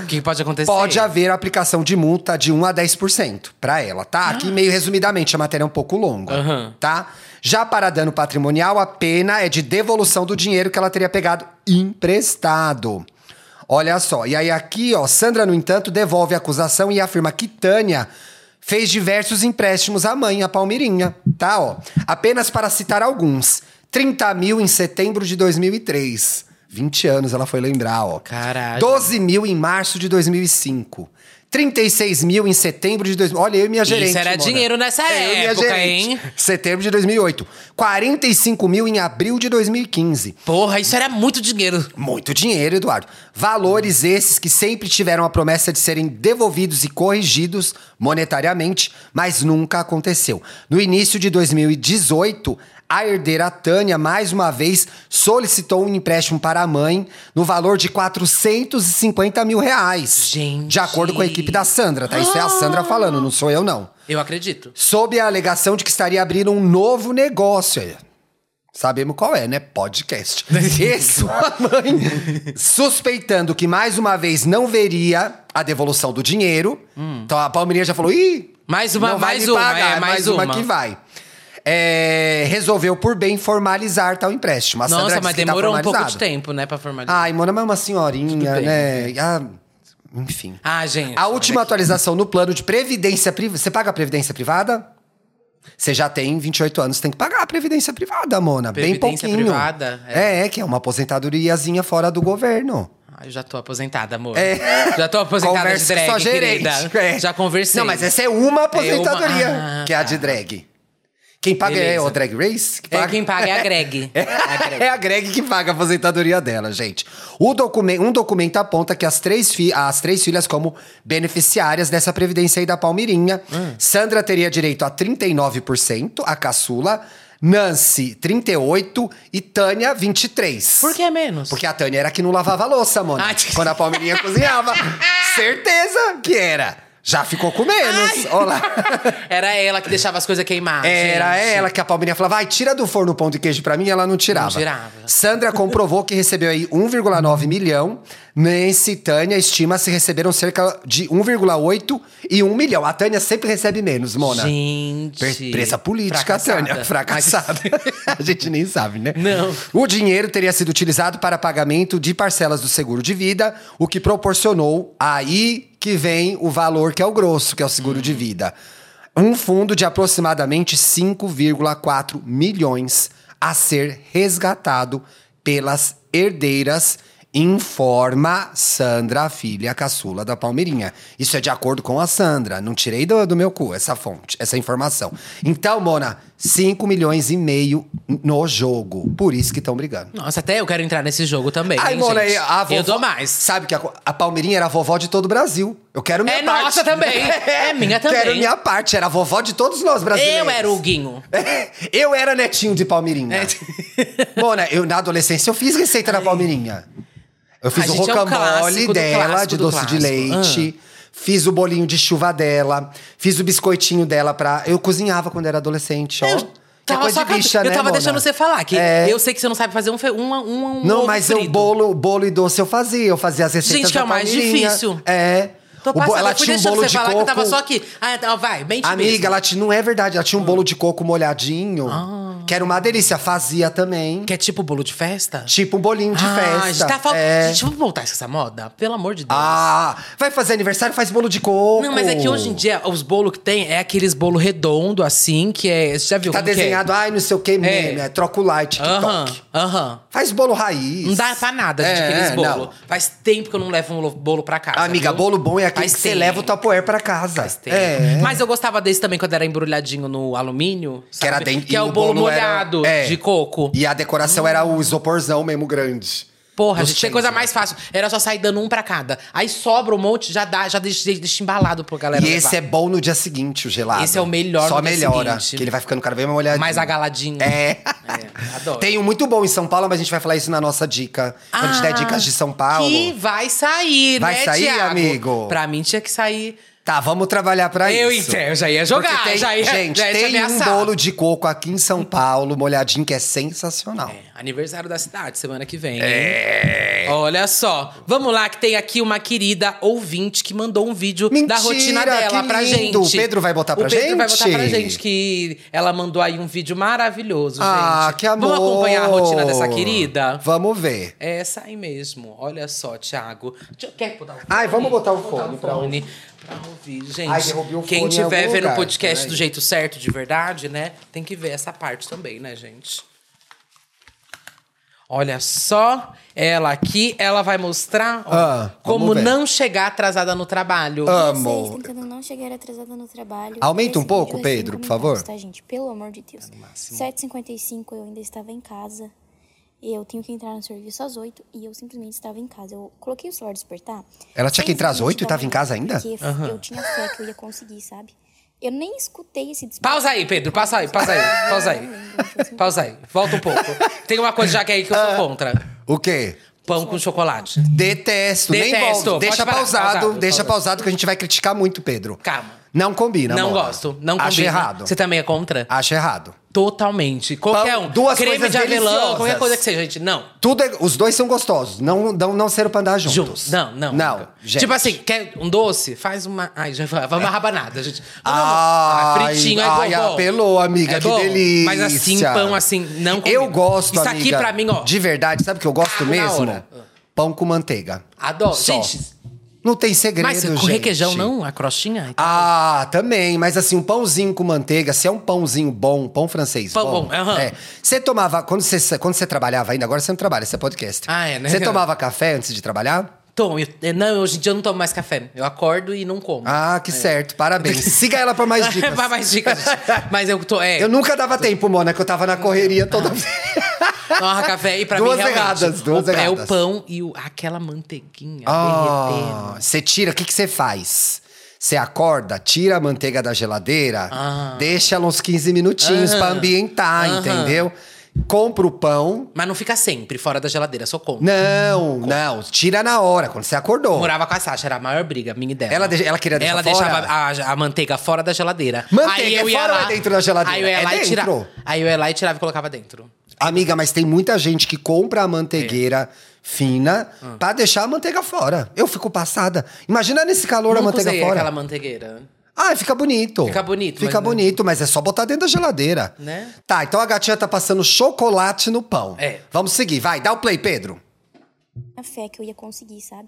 S4: O que pode acontecer?
S3: pode haver aplicação de multa de 1 a 10% para ela, tá? Aqui meio resumidamente, a matéria é um pouco longa,
S4: Ah. Aham.
S3: tá? Já para dano patrimonial, a pena é de devolução do dinheiro que ela teria pegado emprestado. Olha só, e aí aqui, ó, Sandra, no entanto, devolve a acusação e afirma que Tânia fez diversos empréstimos à mãe, a Palmeirinha, tá, ó? Apenas para citar alguns. 30 mil em setembro de 2003. 20 anos, ela foi lembrar, ó.
S4: Caralho.
S3: 12 mil em março de 2005. 36 mil em setembro de 2000. Olha, eu e minha gerente.
S4: era
S3: Mona. É,
S4: dinheiro nessa
S3: eu e minha
S4: época,
S3: gerente.
S4: hein?
S3: Setembro de 2008. 45 mil em abril de 2015.
S4: Porra, isso era muito dinheiro.
S3: Muito dinheiro, Eduardo. Valores esses que sempre tiveram a promessa de serem devolvidos e corrigidos monetariamente, mas nunca aconteceu. No início de 2018, a herdeira Tânia, mais uma vez, solicitou um empréstimo para a mãe no valor de 450 mil reais.
S4: Gente.
S3: De acordo com a equipe da Sandra, tá? Isso é a Sandra falando, não sou eu, não.
S4: Eu acredito.
S3: Sob a alegação de que estaria abrindo um novo negócio. Aí, Sabemos qual é, né? Podcast. E sua mãe, suspeitando que mais uma vez não veria a devolução do dinheiro. Então a Palmeirinha já falou: ih,
S4: Hum. Mais uma,
S3: não vai
S4: mais
S3: me
S4: uma,
S3: pagar,
S4: é, mais uma.
S3: que vai. É, resolveu por bem formalizar tal empréstimo. A Sandra
S4: Nossa,
S3: disse
S4: mas
S3: que tá
S4: demorou um pouco de
S3: formalizado.
S4: tempo, né, pra formalizar.
S3: Ai, Mona, mas é uma
S4: Tudo
S3: senhorinha,
S4: bem.
S3: né? Ah, enfim.
S4: Ah, gente.
S3: A
S4: olha
S3: última
S4: aqui.
S3: atualização no plano de previdência privada. Você paga a previdência privada? Você já tem 28 anos, tem que pagar a previdência privada, Mona. Bem
S4: Previdência
S3: pouquinho.
S4: privada,
S3: É. que é uma aposentadoriazinha fora do governo.
S4: Ah, eu já tô aposentada, amor.
S3: É.
S4: Já tô aposentada
S3: Converse
S4: de drag,
S3: com sua gerente.
S4: querida.
S3: É.
S4: Já conversei.
S3: Não, mas essa é uma aposentadoria,
S4: uma- Ah,
S3: que é a de drag. Quem paga é
S4: Beleza.
S3: o Drag Race? que
S4: É, quem paga é a Greg. É a Greg.
S3: é a Greg que paga a aposentadoria dela, gente. O documen- um documento aponta que as três, fi- as três filhas como beneficiárias dessa previdência aí da Palmeirinha. Sandra teria direito a 39%, a caçula. Nancy, 38%. E Tânia, 23%.
S4: Por que menos?
S3: Porque a Tânia era que não lavava a louça, mano.
S4: Ah, t-
S3: Quando a Palmeirinha cozinhava. Certeza que era. Já ficou com menos. Olá.
S4: Era ela que deixava as coisas queimar.
S3: É, Era
S4: gente.
S3: ela que a Palmeirinha falava, vai, tira do forno o pão de queijo pra mim, ela não tirava.
S4: Não tirava. Uhum.
S3: Sandra comprovou que recebeu aí 1,9 milhão. Nancy e Tânia estima se receberam cerca de 1,8 e 1 milhão. A Tânia sempre recebe menos, Mona.
S4: Gente.
S3: Per- Presa política, a
S4: Fracassada.
S3: Tânia. Fracassada. a gente nem sabe, né?
S4: Não.
S3: O dinheiro teria sido utilizado para pagamento de parcelas do seguro de vida, o que proporcionou aí que vem o valor que é o grosso, que é o seguro de vida. Um fundo de aproximadamente 5,4 milhões a ser resgatado pelas herdeiras, informa Sandra, filha caçula da Palmeirinha. Isso é de acordo com a Sandra, não tirei do, do meu cu essa fonte, essa informação. Então, Mona, 5 milhões e meio no jogo, por isso que estão brigando.
S4: Nossa, até eu quero entrar nesse jogo também.
S3: Ai,
S4: hein,
S3: Mona,
S4: gente?
S3: a vovó,
S4: Eu dou mais.
S3: Sabe que a, a Palmeirinha era a vovó de todo o Brasil. Eu quero minha
S4: É
S3: parte.
S4: nossa também. É minha também.
S3: Quero minha parte, era a vovó de todos nós brasileiros.
S4: Eu era o Guinho. É.
S3: Eu era netinho de Palmeirinha. Mona, né, eu na adolescência eu fiz receita da Palmeirinha. Eu fiz
S4: A
S3: o
S4: gente é um
S3: rocambole
S4: clássico do
S3: dela,
S4: clássico
S3: de
S4: do
S3: doce de
S4: clássico. Ah.
S3: leite. Fiz o bolinho de chuva dela. Fiz o biscoitinho dela pra... Eu cozinhava quando era adolescente, ó. Que é
S4: Tava
S3: coisa
S4: só
S3: de
S4: cat-
S3: bicha,
S4: eu
S3: né,
S4: tava
S3: Mona?
S4: deixando você falar, que
S3: É.
S4: eu sei que você não sabe fazer um, fe... um, um, um
S3: Não,
S4: ovo
S3: mas
S4: frito.
S3: eu bolo, bolo e doce eu fazia. Eu fazia as
S4: Gente,
S3: receitas
S4: que
S3: da
S4: é o mais
S3: Palmeirinha.
S4: difícil.
S3: É.
S4: Tô
S3: O bo-
S4: passada,
S3: Ela
S4: eu fui
S3: tinha um
S4: deixando
S3: bolo
S4: você
S3: de
S4: falar
S3: coco.
S4: que eu tava só aqui. Ah, tá, vai, mente mesmo. Ah.
S3: Amiga, ela tinha, não é verdade. Ela tinha um bolo de coco molhadinho. Que era uma delícia. Fazia também.
S4: Que é tipo bolo de festa?
S3: Tipo um bolinho de
S4: ah,
S3: festa.
S4: A gente tá falando...
S3: É.
S4: Gente, vamos voltar com essa moda? Pelo amor de Deus.
S3: Ah, vai fazer aniversário, faz bolo de coco.
S4: Não, mas é que hoje em dia, os bolos que tem é aqueles bolo redondo, assim, que é... Você já viu
S3: Tá
S4: como que é?
S3: desenhado, ai, não sei o que, meme. é, Troca o like,
S4: Aham,
S3: TikTok.
S4: aham.
S3: Faz bolo raiz.
S4: Não dá pra nada, gente,
S3: É,
S4: aqueles
S3: não.
S4: bolos. Faz tempo que eu não levo um lo- bolo pra casa.
S3: Amiga,
S4: viu?
S3: bolo bom é aquele
S4: Faz
S3: que você
S4: tempo.
S3: leva o tapoer pra casa.
S4: Faz tempo.
S3: É.
S4: Mas eu gostava desse também quando era embrulhadinho no alumínio. sabe?
S3: era dentro-
S4: Que
S3: e
S4: é o
S3: o
S4: bolo,
S3: bolo era-
S4: molhado
S3: é.
S4: de coco.
S3: E a decoração
S4: Hum.
S3: era o isoporzão mesmo grande.
S4: Porra,
S3: Dos
S4: gente, tem
S3: change,
S4: coisa
S3: né?
S4: mais fácil. Era só sair dando um pra cada. Aí sobra um monte, já dá, já deixa, deixa embalado pro galera.
S3: E esse é
S4: levar.
S3: bom no dia seguinte, o gelado.
S4: Esse é o melhor
S3: Só
S4: no dia
S3: melhora,
S4: seguinte.
S3: que ele vai ficando cada vez mais molhadinho.
S4: mais agaladinho.
S3: É.
S4: adoro.
S3: Tem um muito bom em São Paulo, mas a gente vai falar isso na nossa dica. Quando a gente der dicas de São Paulo.
S4: Ah, Que vai sair,
S3: Vai
S4: né,
S3: sair,
S4: Thiago?
S3: amigo?
S4: Pra mim tinha que sair.
S3: Tá, vamos trabalhar pra
S4: Eu
S3: isso.
S4: entendo, eu já ia jogar,
S3: Porque tem,
S4: já ia-
S3: Gente,
S4: já ia te
S3: tem um
S4: ameaçar.
S3: bolo de coco aqui em São Paulo, molhadinho, que é sensacional.
S4: Aniversário da cidade, semana que vem. É. Olha só. Vamos lá, que tem aqui uma querida ouvinte que mandou um vídeo
S3: Mentira,
S4: da rotina dela
S3: que
S4: pra gente.
S3: lindo. O Pedro vai botar pra
S4: O Pedro vai botar
S3: gente?
S4: pra gente, que ela mandou aí um vídeo maravilhoso,
S3: Ah,
S4: gente.
S3: que amor.
S4: Vamos acompanhar a rotina dessa querida?
S3: Vamos ver.
S4: É essa aí mesmo. Olha só, Thiago. Deixa eu- Quer botar o fone?
S3: Ai, vamos botar o fone pra
S4: pra ouvir. Pra ouvir, gente.
S3: Ai, derrubei o
S4: Quem
S3: fone em
S4: tiver
S3: algum
S4: vendo o
S3: lugar,
S4: podcast do
S3: peraí.
S4: jeito certo, de verdade, né? Tem que ver essa parte também, né, gente? Olha só, ela aqui, ela vai mostrar ó,
S3: Ah, vamos
S4: como
S3: ver. Ah.
S4: não chegar atrasada no trabalho.
S5: Vocês
S3: Amo.
S5: tentando não chegar atrasada no trabalho.
S3: Aumenta um
S5: Esse
S3: pouco,
S5: vídeo é sem
S3: Pedro, por
S5: comentários,
S3: favor.
S5: Tá, gente? Pelo amor de Deus. 7h55 eu ainda estava em casa. Eu tinha que entrar no serviço às 8 e eu simplesmente estava em casa. Eu coloquei o celular despertar.
S3: Ela tinha que entrar às
S5: 6h20
S3: 8 e tava em casa ainda?
S5: Porque eu tinha fé que eu ia conseguir, sabe? Eu nem escutei esse despertar.
S4: Pausa aí, Pedro, pausa aí, pausa aí, pausa aí. Pausa aí, volta um pouco. Tem uma coisa já que é aí que eu
S3: Ah.
S4: sou contra.
S3: O quê?
S4: Pão com chocolate.
S3: Detesto, nem
S4: Detesto.
S3: volto.
S4: Pode
S3: Deixa
S4: parar.
S3: pausado,
S4: Pausado,
S3: deixa
S4: pausado.
S3: pausado. que a gente vai criticar muito, Pedro.
S4: Calma.
S3: Não combina,
S4: Não
S3: Mona.
S4: gosto, não
S3: Acho
S4: combina.
S3: errado.
S4: Você também é contra?
S3: Acho errado.
S4: Totalmente. Qualquer
S3: Pão-
S4: um.
S3: duas
S4: Creme
S3: coisas
S4: de avelã,
S3: deliciosas.
S4: qualquer coisa que seja, gente. Não.
S3: Tudo é- os dois são gostosos. Não, não, não ser pra andar juntos.
S4: Juntos. Não, não.
S3: Não,
S4: nunca.
S3: gente.
S4: Tipo assim, quer um doce? Faz uma. Ai, já vai. Vamos uma rabanada, gente. Vamos-
S3: Ai,
S4: fritinho é bom.
S3: ai,
S4: bom.
S3: apelou, amiga,
S4: É
S3: que
S4: bom.
S3: delícia.
S4: Mas assim, pão assim, não combina.
S3: Eu gosto,
S4: Isso
S3: amiga.
S4: aqui pra mim, ó.
S3: De verdade, sabe o que eu gosto
S4: Ah, na
S3: mesmo?
S4: hora.
S3: Pão com manteiga.
S4: Adoro.
S3: Só.
S4: Gente,
S3: Não tem segredo,
S4: mas com
S3: gente.
S4: requeijão não? A crostinha?
S3: Ah, também. Mas assim, um pãozinho com manteiga, se é um pãozinho bom, um pão francês
S4: Pão
S3: bom.
S4: bom, aham.
S3: É. Você tomava, quando você, quando você trabalhava ainda, agora você não trabalha, você é podcast.
S4: Ah, é, né?
S3: Você tomava café antes de trabalhar?
S4: Tom, eu- eh, não, hoje em dia eu não tomo mais café. Eu acordo e não como.
S3: Ah, que certo. Parabéns. Siga ela pra mais dicas.
S4: É. Vai mais dicas. gente. Mas eu tô. É,
S3: Eu nunca dava tempo, Mona, que eu tava na correria
S4: Ah.
S3: toda vez.
S4: Torra café e pra mim
S3: Duas
S4: realmente,
S3: erradas, duas
S4: o- É o
S3: erradas.
S4: pão e o- aquela manteiguinha
S3: Ah,
S4: derretendo.
S3: você tira, o que que você faz? Você acorda, tira a manteiga da geladeira,
S4: Ah.
S3: deixa ela uns 15 minutinhos
S4: Aham.
S3: pra ambientar,
S4: Aham.
S3: entendeu? compra o pão.
S4: Mas não fica sempre fora da geladeira, só compra.
S3: Não, não. Tira na hora, quando você acordou.
S4: Morava com a Sasha, era a maior briga, minha e dela.
S3: Ela deixa- ela queria deixar
S4: Ela
S3: fora?
S4: deixava a, a manteiga fora da geladeira.
S3: Manteiga é fora ou é dentro da geladeira?
S4: Aí eu ia
S3: É
S4: lá e tirava.
S3: dentro.
S4: Aí eu ia lá e tirava e colocava dentro.
S3: Amiga, mas tem muita gente que compra a
S4: É.
S3: manteigueira fina
S4: Hum.
S3: pra deixar a manteiga fora. Eu fico passada. Imagina nesse calor a
S4: Nunca
S3: manteiga
S4: usei
S3: fora.
S4: aquela manteigueira.
S3: Ah, fica bonito.
S4: Fica bonito,
S3: Fica
S4: mas-
S3: bonito, mas é só botar dentro da geladeira.
S4: Né?
S3: Tá, então a gatinha tá passando chocolate no pão.
S4: É.
S3: Vamos seguir, vai, dá o play, Pedro.
S5: a fé que eu ia conseguir, sabe?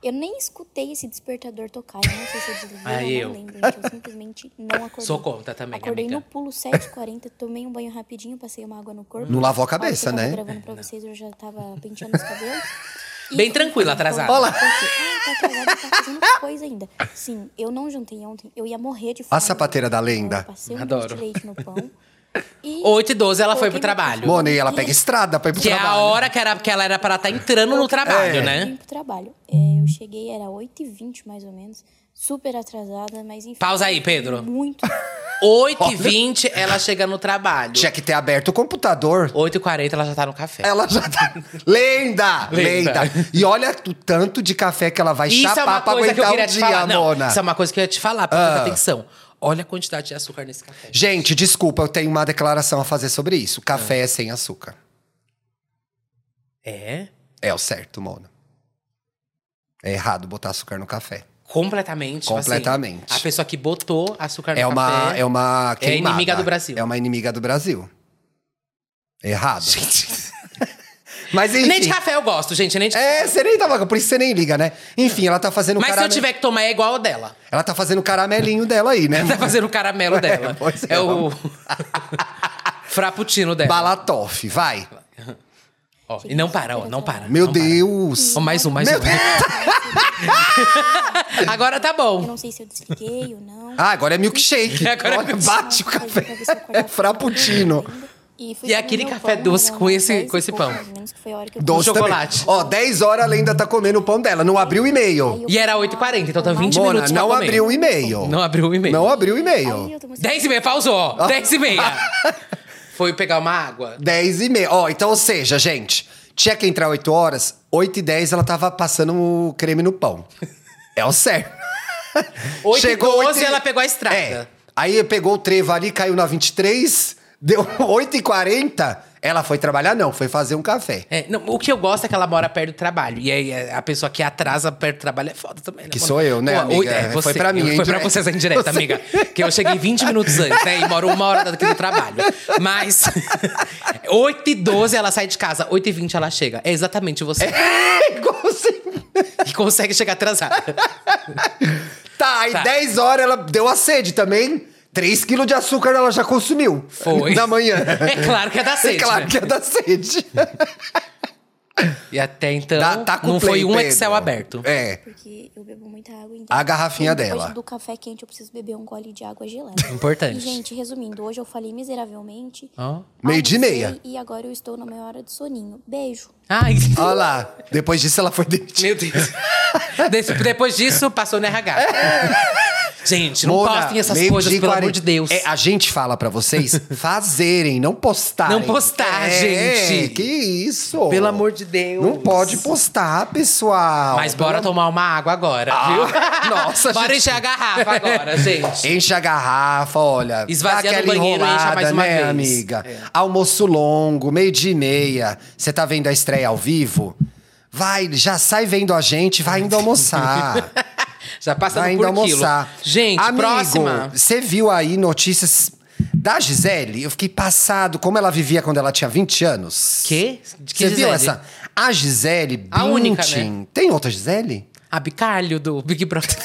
S5: Eu nem escutei esse despertador tocar. Eu não sei se eu desliguei,
S4: Ah,
S5: eu,
S4: eu.
S5: não lembro. gente. Eu simplesmente não acordei.
S4: Sou contra também,
S5: Acordei
S4: amiga.
S5: no pulo 7h40, tomei um banho rapidinho, passei uma água no corpo.
S3: Não lavou a
S5: hora que
S3: cabeça,
S5: eu tava
S3: né?
S5: gravando pra vocês, eu já tava penteando os cabelos. E
S4: Bem
S5: eu
S4: tranquila,
S5: falei,
S4: atrasada.
S5: "Pô,
S4: Olá.
S5: Ah, tá atrasada, tá fazendo coisa ainda. Sim, eu não jantei ontem, eu ia morrer de fome.
S3: sapateira da lenda.
S5: Eu passei um
S4: Adoro.
S5: litro de leite no pão. E...
S4: 8 e 12 ela foi pro
S5: Coloquei
S4: trabalho.
S5: meu
S3: Mona, e ela pega estrada pra ir pro
S4: Que é a
S3: trabalho.
S4: hora que, era, que ela era pra estar entrando no trabalho,
S3: É.
S5: vim
S4: né?
S5: pro trabalho. É, eu cheguei, era 8h20 mais ou menos. Super atrasada, mas enfim.
S4: Pausa aí, Pedro.
S5: Muito.
S4: 8 e 20 ela chega no trabalho.
S3: Tinha que ter aberto o computador.
S4: 8 e 40 ela já tá no café.
S3: Ela já tá. Lenda!
S4: Lenda.
S3: Lenda! E olha o tanto de café que ela vai
S4: Isso
S3: chapar
S4: é uma
S3: pra
S4: coisa que eu queria
S3: aguentar um
S4: te
S3: dia,
S4: falar. Não,
S3: Mona.
S4: isso é uma coisa que eu ia te falar, presta
S3: Ah.
S4: atenção. Olha a quantidade de açúcar nesse café.
S3: Gente, desculpa, eu tenho uma declaração a fazer sobre isso. Café é sem açúcar.
S4: É?
S3: É o certo, Mona. É errado botar açúcar no café.
S4: Completamente. tipo assim,
S3: Completamente.
S4: a pessoa que botou açúcar no
S3: É uma,
S4: café.
S3: é uma
S4: É
S3: queimada.
S4: inimiga do Brasil.
S3: É uma inimiga do Brasil. Errado. Mas enfim.
S4: Nem de café eu gosto, gente. Nem de...
S3: É, você nem tava. Por isso você nem liga, né? Enfim, ela tá fazendo o
S4: Mas se eu
S3: caramelo.
S4: tiver que tomar, é igual ao dela.
S3: Ela tá fazendo o caramelinho dela aí, né?
S4: Tá fazendo o caramelo dela.
S3: É, pois
S4: É,
S3: é.
S4: o. Frappuccino dela.
S3: Balatoff, vai.
S4: Ó, e não para, ó, não para.
S3: Meu
S4: não para.
S3: Deus.
S4: Ó, mais um, mais
S3: Meu
S4: um.
S3: Deus.
S4: Agora tá
S5: Eu
S4: bom.
S5: não sei se eu desliguei ou não.
S3: Ah, agora é milkshake.
S4: Agora é
S3: Olha,
S4: milkshake.
S3: bate o café. É frappuccino.
S4: E
S5: E, fui comer
S4: aquele
S5: meu
S4: café doce
S5: era
S4: com esse-
S5: dez e
S4: com esse
S5: pouco,
S4: pão.
S5: mais ou menos, que foi a hora que eu
S3: Doce também.
S4: chocolate.
S3: Ó, 10 horas ela ainda tá comendo o pão dela. Não abriu o
S5: Aí
S3: e-mail.
S5: eu
S4: E era
S5: fui lá,
S4: 8h40, então tá 20
S5: tomar-
S3: Mona,
S4: minutos pra
S3: não
S4: comer.
S3: abriu o e-mail.
S4: Não abriu o e-mail.
S3: Não abriu o
S5: Aí eu
S3: e-mail.
S5: tomei-
S4: 10 e meia, pausou, ó. 10 e meia. Foi pegar uma água.
S3: 10 e meia. Ó, então, ou seja, gente, tinha que entrar 8 horas, 8 e 10 ela tava passando o creme no pão. É o certo.
S4: 8
S3: Chegou
S4: e 12
S3: oito e-
S4: ela pegou a estrada.
S3: É. Aí pegou o trevo ali, caiu na 23, deu 8 e 40 ela foi trabalhar, não, foi fazer um café.
S4: É, não, o que eu gosto é que ela mora perto do trabalho. E aí é, a pessoa que atrasa perto do trabalho é foda também, né?
S3: Que
S4: mano?
S3: sou eu, né,
S4: Pô,
S3: amiga? Foi pra mim,
S4: eu-
S3: hein,
S4: Foi pra
S3: direta.
S4: vocês a indireta,
S3: Você-
S4: amiga. Que eu cheguei 20 minutos antes, né? E moro uma hora daqui do trabalho. Mas 8 e 12 ela sai de casa, 8 e 20 ela chega. É exatamente você
S3: Igual assim.
S4: que consegue chegar atrasada.
S3: Tá, aí
S4: Tá.
S3: 10 horas ela deu a sede também. 3 quilos de açúcar ela já consumiu.
S4: Foi.
S3: Da manhã.
S4: É claro que é da sede,
S3: É claro
S4: né?
S3: que é da sede.
S4: E até então
S3: Dá- tá com
S4: não
S3: play,
S4: foi um
S3: Pedro.
S4: Excel aberto.
S3: É.
S5: Porque eu bebo muita água. Então
S3: A garrafinha
S5: depois
S3: dela.
S5: do café quente, eu preciso beber um gole de água gelada.
S4: Importante.
S5: E, gente, resumindo, hoje eu falei miseravelmente.
S4: Ó.
S3: Meio de
S5: almocei
S3: meia.
S5: E agora eu estou na minha hora de soninho. Beijo.
S4: Ai,
S3: Olha lá. Depois disso ela foi demitida.
S4: meu Deus. Des- Depois disso, passou no RH. Gente, não
S3: É. Mona,
S4: postem essas
S3: meio-dia
S4: coisas,
S3: e
S4: pelo amor
S3: 40.
S4: de Deus.
S3: É, a gente fala pra vocês fazerem, não postarem. É,
S4: Não postar, gente.
S3: Que isso.
S4: Pelo amor de Deus.
S3: Não pode postar, pessoal.
S4: Mas bora tomar uma água agora, viu?
S3: Ah, nossa,
S4: bora
S3: gente.
S4: encher a garrafa agora, gente.
S3: Enche a garrafa, olha.
S4: Esvazia
S3: dá
S4: no
S3: aquela
S4: banheiro e enche
S3: enrolada,
S4: mais uma
S3: né,
S4: vez. É.
S3: amiga? Almoço longo, meio dia e meia. Você tá vendo a estreia ao vivo? Vai, já sai vendo a gente, vai indo almoçar.
S4: Já passa
S3: vai
S4: por
S3: indo
S4: quilo.
S3: almoçar.
S4: Gente,
S3: Amigo,
S4: próxima.
S3: Você viu aí notícias da Gisele? Eu fiquei passado como ela vivia quando ela tinha 20 anos.
S4: Quê? De que
S3: Você viu
S4: Gisele?
S3: essa? A Gisele
S4: A única, né?
S3: Bündchen. Tem outra Gisele?
S4: A Bicalho do Big Brother.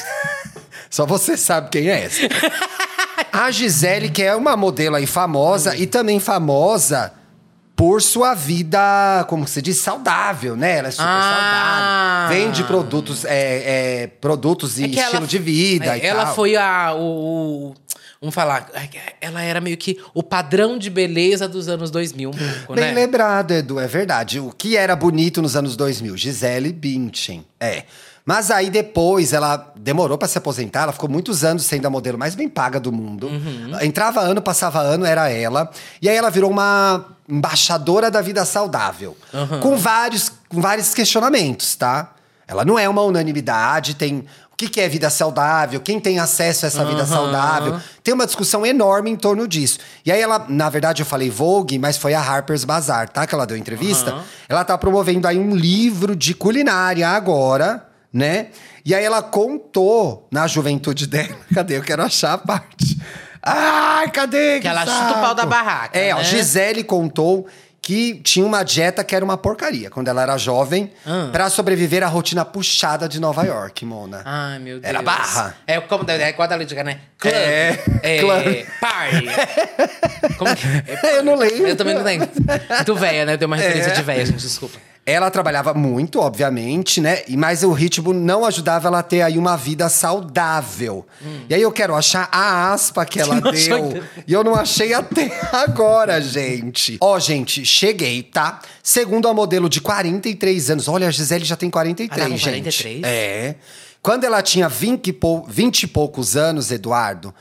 S3: Só você sabe quem é essa. A Gisele, que é uma modelo aí famosa e também famosa por sua vida, como se diz, saudável, né? Ela é super
S4: Ah.
S3: saudável. Vende produtos, é, é, produtos e
S4: É que
S3: estilo
S4: ela-
S3: de vida
S4: é,
S3: e
S4: Ela
S3: tal.
S4: foi a. O, o- vamos falar. Ela era meio que o padrão de beleza dos anos 2000, um pouco, né?
S3: Bem lembrado, Edu, é verdade. O que era bonito nos anos 2000? Gisele Bündchen. É. Mas aí depois ela demorou pra se aposentar, ela ficou muitos anos sendo a modelo mais bem paga do mundo. Entrava ano, passava ano, era ela. E aí ela virou uma embaixadora da vida saudável. Com, vários, com vários questionamentos, tá? Ela não é uma unanimidade, tem o que, que é vida saudável, quem tem acesso a essa vida saudável. Tem uma discussão enorme em torno disso. E aí ela, na verdade, eu falei Vogue, mas foi a Harper's Bazaar, tá? Que ela deu entrevista. Ela tá promovendo aí um livro de culinária agora, né? E aí ela contou na juventude dela. Cadê? Eu quero achar a parte. Ai, cadê?
S4: Que ela chuta o pau da barraca,
S3: É, ó,
S4: né?
S3: Gisele contou que tinha uma dieta que era uma porcaria quando ela era jovem
S4: Ah.
S3: pra sobreviver à rotina puxada de Nova York, Mona.
S4: Ai, meu Deus.
S3: Era barra.
S4: É como é igual a da Lady Gaga, né? Club.
S3: É.
S4: É,
S3: Club.
S4: Party. Como que é?
S3: Eu não lembro. É.
S4: Eu também não lembro. Tu velha, né? Eu dei uma referência de velha, gente, desculpa.
S3: Ela trabalhava muito, obviamente, né? E- Mas o ritmo não ajudava ela a ter aí uma vida saudável. E aí eu quero achar a aspa que ela
S4: Hum. Não achou
S3: deu.
S4: ainda.
S3: E eu não achei até agora, gente. Ó, gente, cheguei, tá? Segundo a modelo de 43 anos. Olha, a Gisele já tem 43,
S4: Ah, tá com
S3: gente.
S4: 43?
S3: É. Quando ela tinha 20 e, pou- 20 e poucos anos, Eduardo,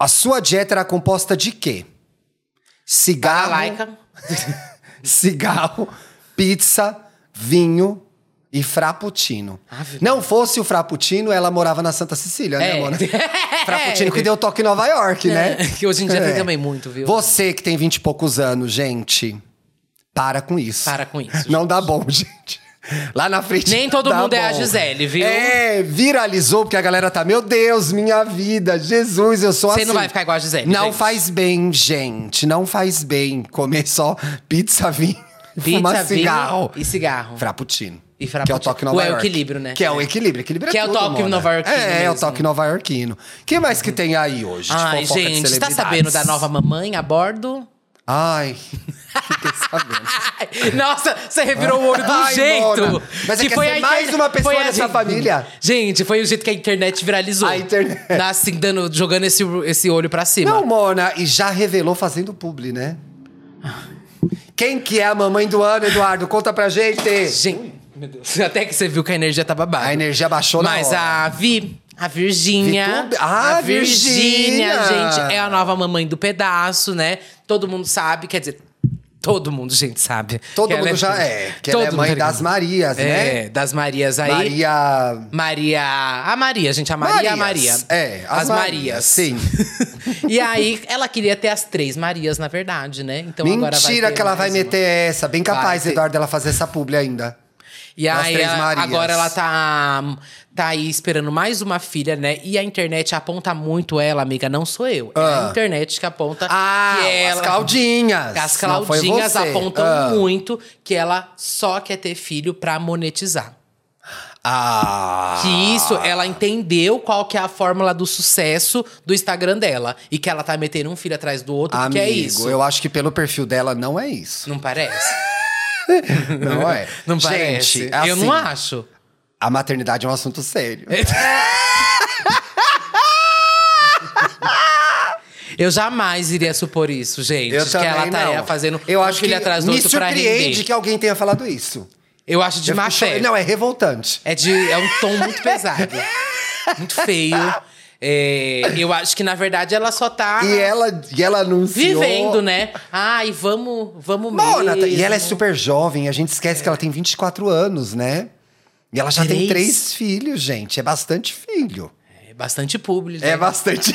S3: a sua dieta era composta de quê? Cigarro.
S4: Laica.
S3: cigarro, pizza, vinho e frappuccino.
S4: Ave
S3: Não fosse o frappuccino, ela morava na Santa Cecília, né,
S4: É.
S3: Mona? frappuccino que deu um toque em Nova York, né?
S4: Que hoje em dia
S3: É.
S4: tem também muito, viu?
S3: Você que tem 20 e poucos anos, gente, para com isso.
S4: Para com isso,
S3: Não dá bom, gente. Lá na frente.
S4: Nem todo
S3: dá
S4: mundo é a
S3: bom.
S4: Gisele, viu?
S3: É, viralizou, porque a galera tá, meu Deus, minha vida, Jesus, eu sou
S4: Você
S3: assim.
S4: não vai ficar igual a Gisele,
S3: Não
S4: gente.
S3: faz bem, gente, não faz bem comer só pizza, vinho, e
S4: Pizza,
S3: fumar
S4: vinho
S3: cigarro.
S4: e cigarro.
S3: Frappuccino.
S4: E
S3: Que é o
S4: frappuccino.
S3: toque Nova
S4: Ou é o
S3: York.
S4: equilíbrio, né?
S3: Que é o
S4: É.
S3: equilíbrio. Equilíbrio
S4: Que é o
S3: tudo,
S4: toque
S3: Mona.
S4: nova-iorquino
S3: É, é o
S4: mesmo.
S3: toque nova-iorquino. O que mais que tem aí hoje? de
S4: Ai,
S3: fofoca de
S4: gente, tá
S3: celebridades?
S4: sabendo da nova mamãe a bordo?
S3: Ai, fiquei sabendo.
S4: Nossa, você revirou o olho de um
S3: Ai,
S4: jeito.
S3: Mona. Mas é que é
S4: a
S3: mais
S4: internet-
S3: uma pessoa
S4: foi a
S3: nessa
S4: gente-
S3: família.
S4: Gente, foi o jeito que a internet viralizou.
S3: A internet.
S4: Tá, assim, dando, jogando esse, esse olho pra cima.
S3: Não, Mona, e já revelou fazendo publi, né? Quem que é a mamãe do ano, Eduardo? Conta pra gente.
S4: Gente, meu Deus. Até que você viu que a energia tá babada.
S3: A energia baixou na
S4: Mas
S3: hora.
S4: a Vi, a Virgínia.
S3: Vitu- Ah,
S4: a Virgínia,
S3: Virgínia!
S4: gente, é a nova mamãe do pedaço, né? Todo mundo sabe, quer dizer, todo mundo, gente, sabe.
S3: Todo
S4: Que ela
S3: mundo já é. Que ela
S4: Todo
S3: é
S4: mundo
S3: mãe
S4: tá ligado.
S3: das Marias, né?
S4: É, das Marias aí.
S3: Maria.
S4: Maria. A Maria, gente. A Maria,
S3: Marias.
S4: a Maria.
S3: É, as Marias, sim.
S4: e aí, ela queria ter as três Marias, na verdade, né? Então agora vai.
S3: Mentira
S4: ter
S3: que ela vai
S4: mais uma.
S3: meter essa. Bem capaz,
S4: ter.
S3: Eduardo, dela fazer essa publi ainda.
S4: E
S3: das
S4: aí,
S3: três
S4: ela-
S3: Marias.
S4: agora ela tá, tá aí esperando mais uma filha, né? E a internet aponta muito ela, amiga. Não sou eu. É
S3: Ah.
S4: a internet que aponta.
S3: Ah,
S4: que
S3: as
S4: ela,
S3: Claudinhas.
S4: As
S3: Não foi
S4: Claudinhas
S3: você.
S4: apontam
S3: Ah.
S4: muito que ela só quer ter filho pra monetizar.
S3: Ah.
S4: Que isso, é ela entendeu qual que é a fórmula do sucesso do Instagram dela. E que ela tá metendo um filho atrás do outro,
S3: Amigo,
S4: que é isso.
S3: eu acho que pelo perfil dela não é isso.
S4: Não parece?
S3: Não é?
S4: Não
S3: Gente,
S4: parece?
S3: assim,
S4: eu não acho.
S3: A maternidade é um assunto sério.
S4: Eu jamais iria supor isso, gente.
S3: Eu
S4: que
S3: também
S4: ela tá
S3: não.
S4: é, fazendo
S3: eu
S4: um
S3: acho
S4: filho
S3: que
S4: atrás do
S3: me
S4: outro pra
S3: surpreende
S4: render.
S3: que alguém tenha falado isso.
S4: Eu acho de
S3: Eu
S4: má
S3: fico cho-
S4: fé.
S3: Não, é revoltante.
S4: É, de, é um tom muito pesado. muito feio. É, eu acho que, na verdade, ela só tá
S3: E é ela, e ela anunciou...
S4: vivendo, né? Ai, vamos, vamos
S3: Mona,
S4: mesmo.
S3: e ela é super jovem, a gente esquece que ela tem 24 anos, né? E ela já tem
S4: Três?
S3: três filhos, gente. É bastante filho.
S4: É bastante público.
S3: É bastante.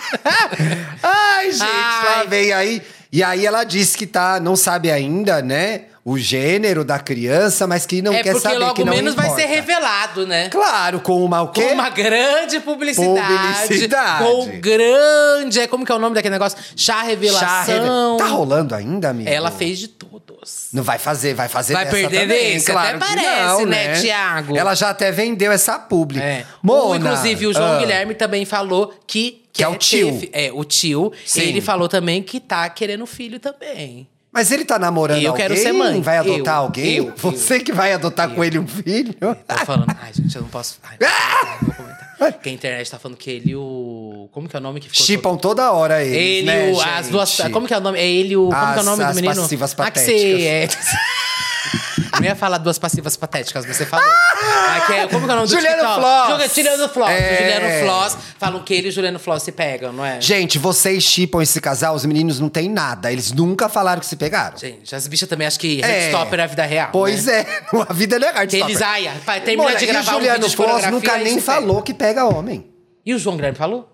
S3: Ai, gente, lá
S4: Ai.
S3: vem aí. E aí ela disse que tá, não sabe ainda, né? O gênero da criança, mas que não
S4: é
S3: quer
S4: porque
S3: saber.
S4: logo
S3: que não
S4: menos vai
S3: importa.
S4: ser revelado, né?
S3: Claro, com uma o quê?
S4: Com uma grande publicidade.
S3: Publicidade.
S4: Com grande. é, Como que é o nome daquele negócio? Chá revelação.
S3: Chá reve- Tá rolando ainda, amigo?
S4: Ela fez de todos.
S3: Não vai fazer, vai fazer
S4: Vai
S3: dessa
S4: perder
S3: também,
S4: desse?
S3: claro
S4: Até
S3: que
S4: parece,
S3: não,
S4: né, Thiago?
S3: Ela já até vendeu essa publi.
S4: É. O,
S3: Mona,
S4: inclusive, o João
S3: ah,
S4: Guilherme também falou que.
S3: Que é o
S4: quer
S3: tio.
S4: ter fi- é, o tio.
S3: Sim.
S4: Ele falou também que tá querendo filho também.
S3: Mas ele tá namorando
S4: Eu
S3: alguém?
S4: quero ser mãe.
S3: Vai adotar
S4: Eu,
S3: alguém?
S4: eu, eu.
S3: Você que vai adotar com ele um filho?
S4: Tô Tá falando. ai, gente, eu não posso. Ai,
S3: Ah!
S4: não, vou comentar. Que a internet tá falando que ele e o. Como que é o nome que ficou?
S3: Chipam toda hora eles,
S4: Ele,
S3: né,
S4: o, as
S3: gente?
S4: duas. Como que é o nome? É ele, o. Como que é
S3: As-
S4: o nome
S3: as
S4: do menino?
S3: passivas
S4: Ah, que cê- é. Não ia falar duas passivas patéticas, mas você falou. Ah, que é- como que é o nome do
S3: Juliano
S4: TikTok?
S3: Floss.
S4: Juga- Juliano Floss.
S3: É.
S4: Juliano Floss. Falam que ele e Juliano Floss se pegam, não é?
S3: Gente, vocês chipam esse casal, os meninos não têm nada. Eles nunca falaram que se pegaram.
S4: Gente, as bichas também acham que
S3: É.
S4: Headstopper é a vida real.
S3: Pois
S4: né?
S3: é, a vida não é hard
S4: Que eles,
S3: stopper.
S4: ai, ai, termina
S3: Mona,
S4: de gravar
S3: e o
S4: um
S3: Juliano
S4: vídeo de
S3: Foz
S4: coreografia,
S3: nunca
S4: aí
S3: nem
S4: se
S3: falou que pega homem.
S4: pega. E o João Guilherme falou?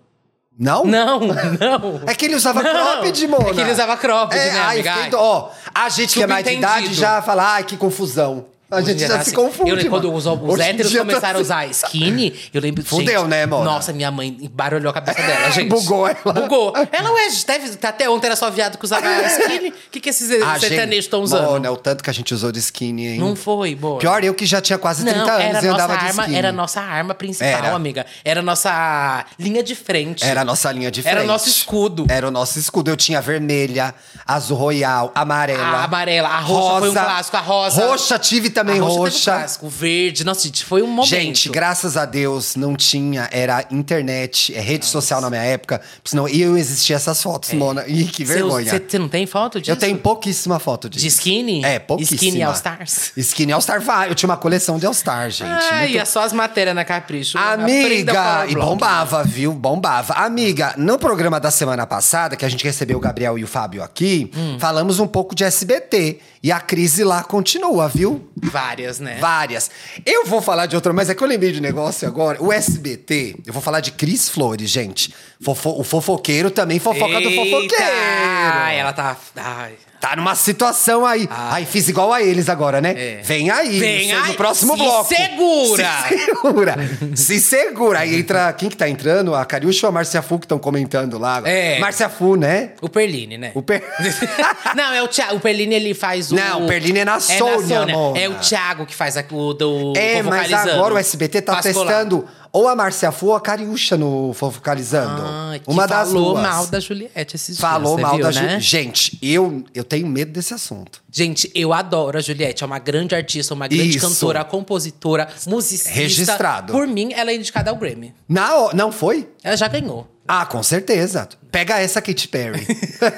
S3: Não?
S4: Não, não.
S3: É que ele usava cropped, mona.
S4: É que ele usava cropped,
S3: É,
S4: né,
S3: ai,
S4: amiga?
S3: fiquei
S4: Ai.
S3: do- Ó, a gente que é mais de idade
S4: Subentendido.
S3: já fala, ai, que confusão. A
S4: Hoje em
S3: gente
S4: dia
S3: já
S4: tá
S3: se
S4: assim.
S3: confunde,
S4: Eu lembro quando
S3: mano.
S4: os, os
S3: Hoje em
S4: héteros
S3: dia tá
S4: começaram a
S3: assim.
S4: usar skinny, eu lembro...
S3: Fudeu,
S4: gente,
S3: né, Mona?
S4: Nossa, minha mãe barulhou a cabeça dela, gente.
S3: Bugou ela.
S4: Bugou. Ela, ué, deve, tá até ontem era só viado que usava skinny. O que, que esses
S3: Ah,
S4: sertanejos
S3: gente,
S4: estão usando?
S3: Mona, o tanto que a gente usou de skinny, hein?
S4: Não foi, boa.
S3: Pior eu que já tinha quase 30
S4: Não, era
S3: anos
S4: a
S3: e
S4: nossa
S3: andava de
S4: arma,
S3: skinny.
S4: era a nossa arma principal,
S3: Era.
S4: amiga. Era a nossa linha de frente.
S3: Era a nossa linha de frente.
S4: Era o nosso escudo.
S3: Era o nosso escudo. Eu tinha vermelha, azul royal, amarela.
S4: A Ah, amarela, a roxa foi um clássico, a rosa-
S3: Roxa, tive também
S4: a
S3: roxa.
S4: teve o clássico, o verde. Nossa, gente, foi um momento.
S3: Gente, graças a Deus, não tinha. Era internet, é rede social na minha época. Senão iam existir essas
S4: É.
S3: fotos, Mona. Ih, que vergonha.
S4: Você não tem foto disso?
S3: Eu tenho pouquíssima foto disso.
S4: De skinny?
S3: É, pouquíssima.
S4: Skinny All Stars?
S3: Skinny All Star. vai, Eu tinha uma coleção de All Star, gente.
S4: Ai,
S3: Muito
S4: é só as matérias na Capricho. Aprenda a
S3: Amiga,
S4: falar
S3: e
S4: blog.
S3: bombava, viu? Bombava. Amiga, no programa da semana passada, que a gente recebeu o Gabriel e o Fábio aqui,
S4: Hum.
S3: falamos um pouco de SBT. E a crise lá continua, viu?
S4: Várias, né?
S3: Várias. Eu vou falar de outra, mas é que eu lembrei de um negócio agora. O SBT, eu vou falar de Cris Flores, gente. Fofo- o fofoqueiro também fofoca do
S4: Eita! Ai,
S3: fofoqueiro.
S4: ela tá... Ai.
S3: Tá numa situação aí. Aí fiz igual a eles agora, né?
S4: É.
S3: Vem aí,
S4: Vem
S3: no seu-
S4: aí,
S3: no próximo
S4: se
S3: bloco.
S4: segura!
S3: Se segura! se segura! Aí entra. Quem que tá entrando? A Cariúcha ou a Márcia Fu que estão comentando lá?
S4: É.
S3: Márcia Fu, né?
S4: O Perline, né?
S3: O per...
S4: Não, é o Thiago. O Perline, ele faz o...
S3: Não, o Perline é na Sônia, Mona.
S4: É o Thiago que faz a, o do...
S3: É,
S4: o
S3: mas
S4: Fofocalizando.
S3: agora o SBT tá
S4: Pascolar.
S3: testando ou a Márcia Fu ou a Cariúcha no Fofocalizando.
S4: Ai, que
S3: Uma das
S4: falou
S3: duas.
S4: mal da Juliette esses
S3: Falou
S4: dias,
S3: mal
S4: você
S3: da
S4: viu,
S3: Ju-
S4: né?
S3: Gente, eu, eu tenho medo desse assunto.
S4: Gente, eu adoro a Juliette. É uma grande artista, uma grande
S3: Isso.
S4: cantora, compositora, musicista.
S3: Registrado.
S4: Por mim, ela é indicada ao Grammy.
S3: Na, ho- não foi?
S4: Ela já ganhou.
S3: Ah, com certeza. Pega essa, Katy Perry.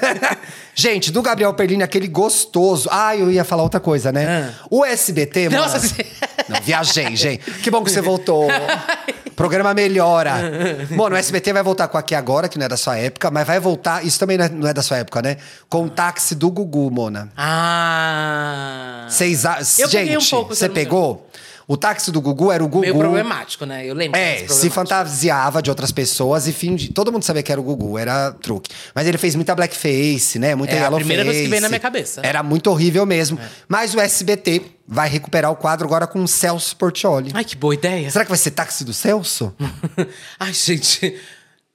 S3: Gente, do Gabriel Perlini, aquele gostoso. Ah, eu ia falar outra coisa, né? O SBT, mano.
S4: Ah. Nossa, você-
S3: Não, viajei, gente. Que bom que você voltou. Programa melhora. Mano, o SBT vai voltar com aqui agora, que não é da sua época, mas vai voltar. Isso também não é- não é da sua época, né? Com o táxi do Gugu, Mona.
S4: Ah.
S3: Vocês. a-
S4: Eu peguei
S3: Gente,
S4: um pouco, se eu
S3: você
S4: não me
S3: pegou? O táxi do Gugu era o Gugu.
S4: Meio problemático, né? Eu lembro.
S3: É,
S4: desse
S3: se
S4: problemático.
S3: fantasiava de outras pessoas e fingia. Todo mundo sabia que era o Gugu, era truque. Mas ele fez muita blackface, né? Muita
S4: É, a
S3: yellowface.
S4: primeira coisa que veio na minha cabeça. É.
S3: Era muito horrível mesmo. Mas o SBT vai recuperar o quadro agora com o Celso Portioli.
S4: Ai, que boa ideia.
S3: Será que vai ser táxi do Celso?
S4: Ai, gente.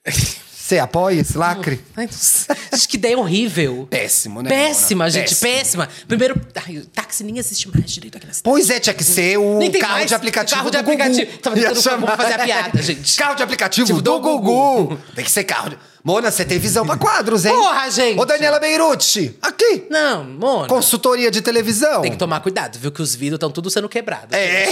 S3: Você apoia esse lacre?
S4: Ai, não sei. gente, que ideia horrível.
S3: Péssimo, né?
S4: Péssima,
S3: Mona?
S4: gente, péssima. Primeiro, ai, o táxi nem existe mais direito aqui na cidade.
S3: Pois é, tinha que ser o
S4: Nem tem
S3: carro
S4: mais
S3: de aplicativo
S4: carro de
S3: do Gugu.
S4: aplicativo. Tava tentando
S3: Ia chamar-
S4: fazer a piada, gente.
S3: Carro de aplicativo
S4: Tipo,
S3: do,
S4: do
S3: Gugu. Tem que ser carro de... Mona, você tem visão pra quadros, hein?
S4: Porra, gente.
S3: Ô, Daniela Beirucci, aqui.
S4: Não, Mona.
S3: Consultoria de televisão.
S4: Tem que tomar cuidado, viu? Que os vidros estão tudo sendo quebrados.
S3: É.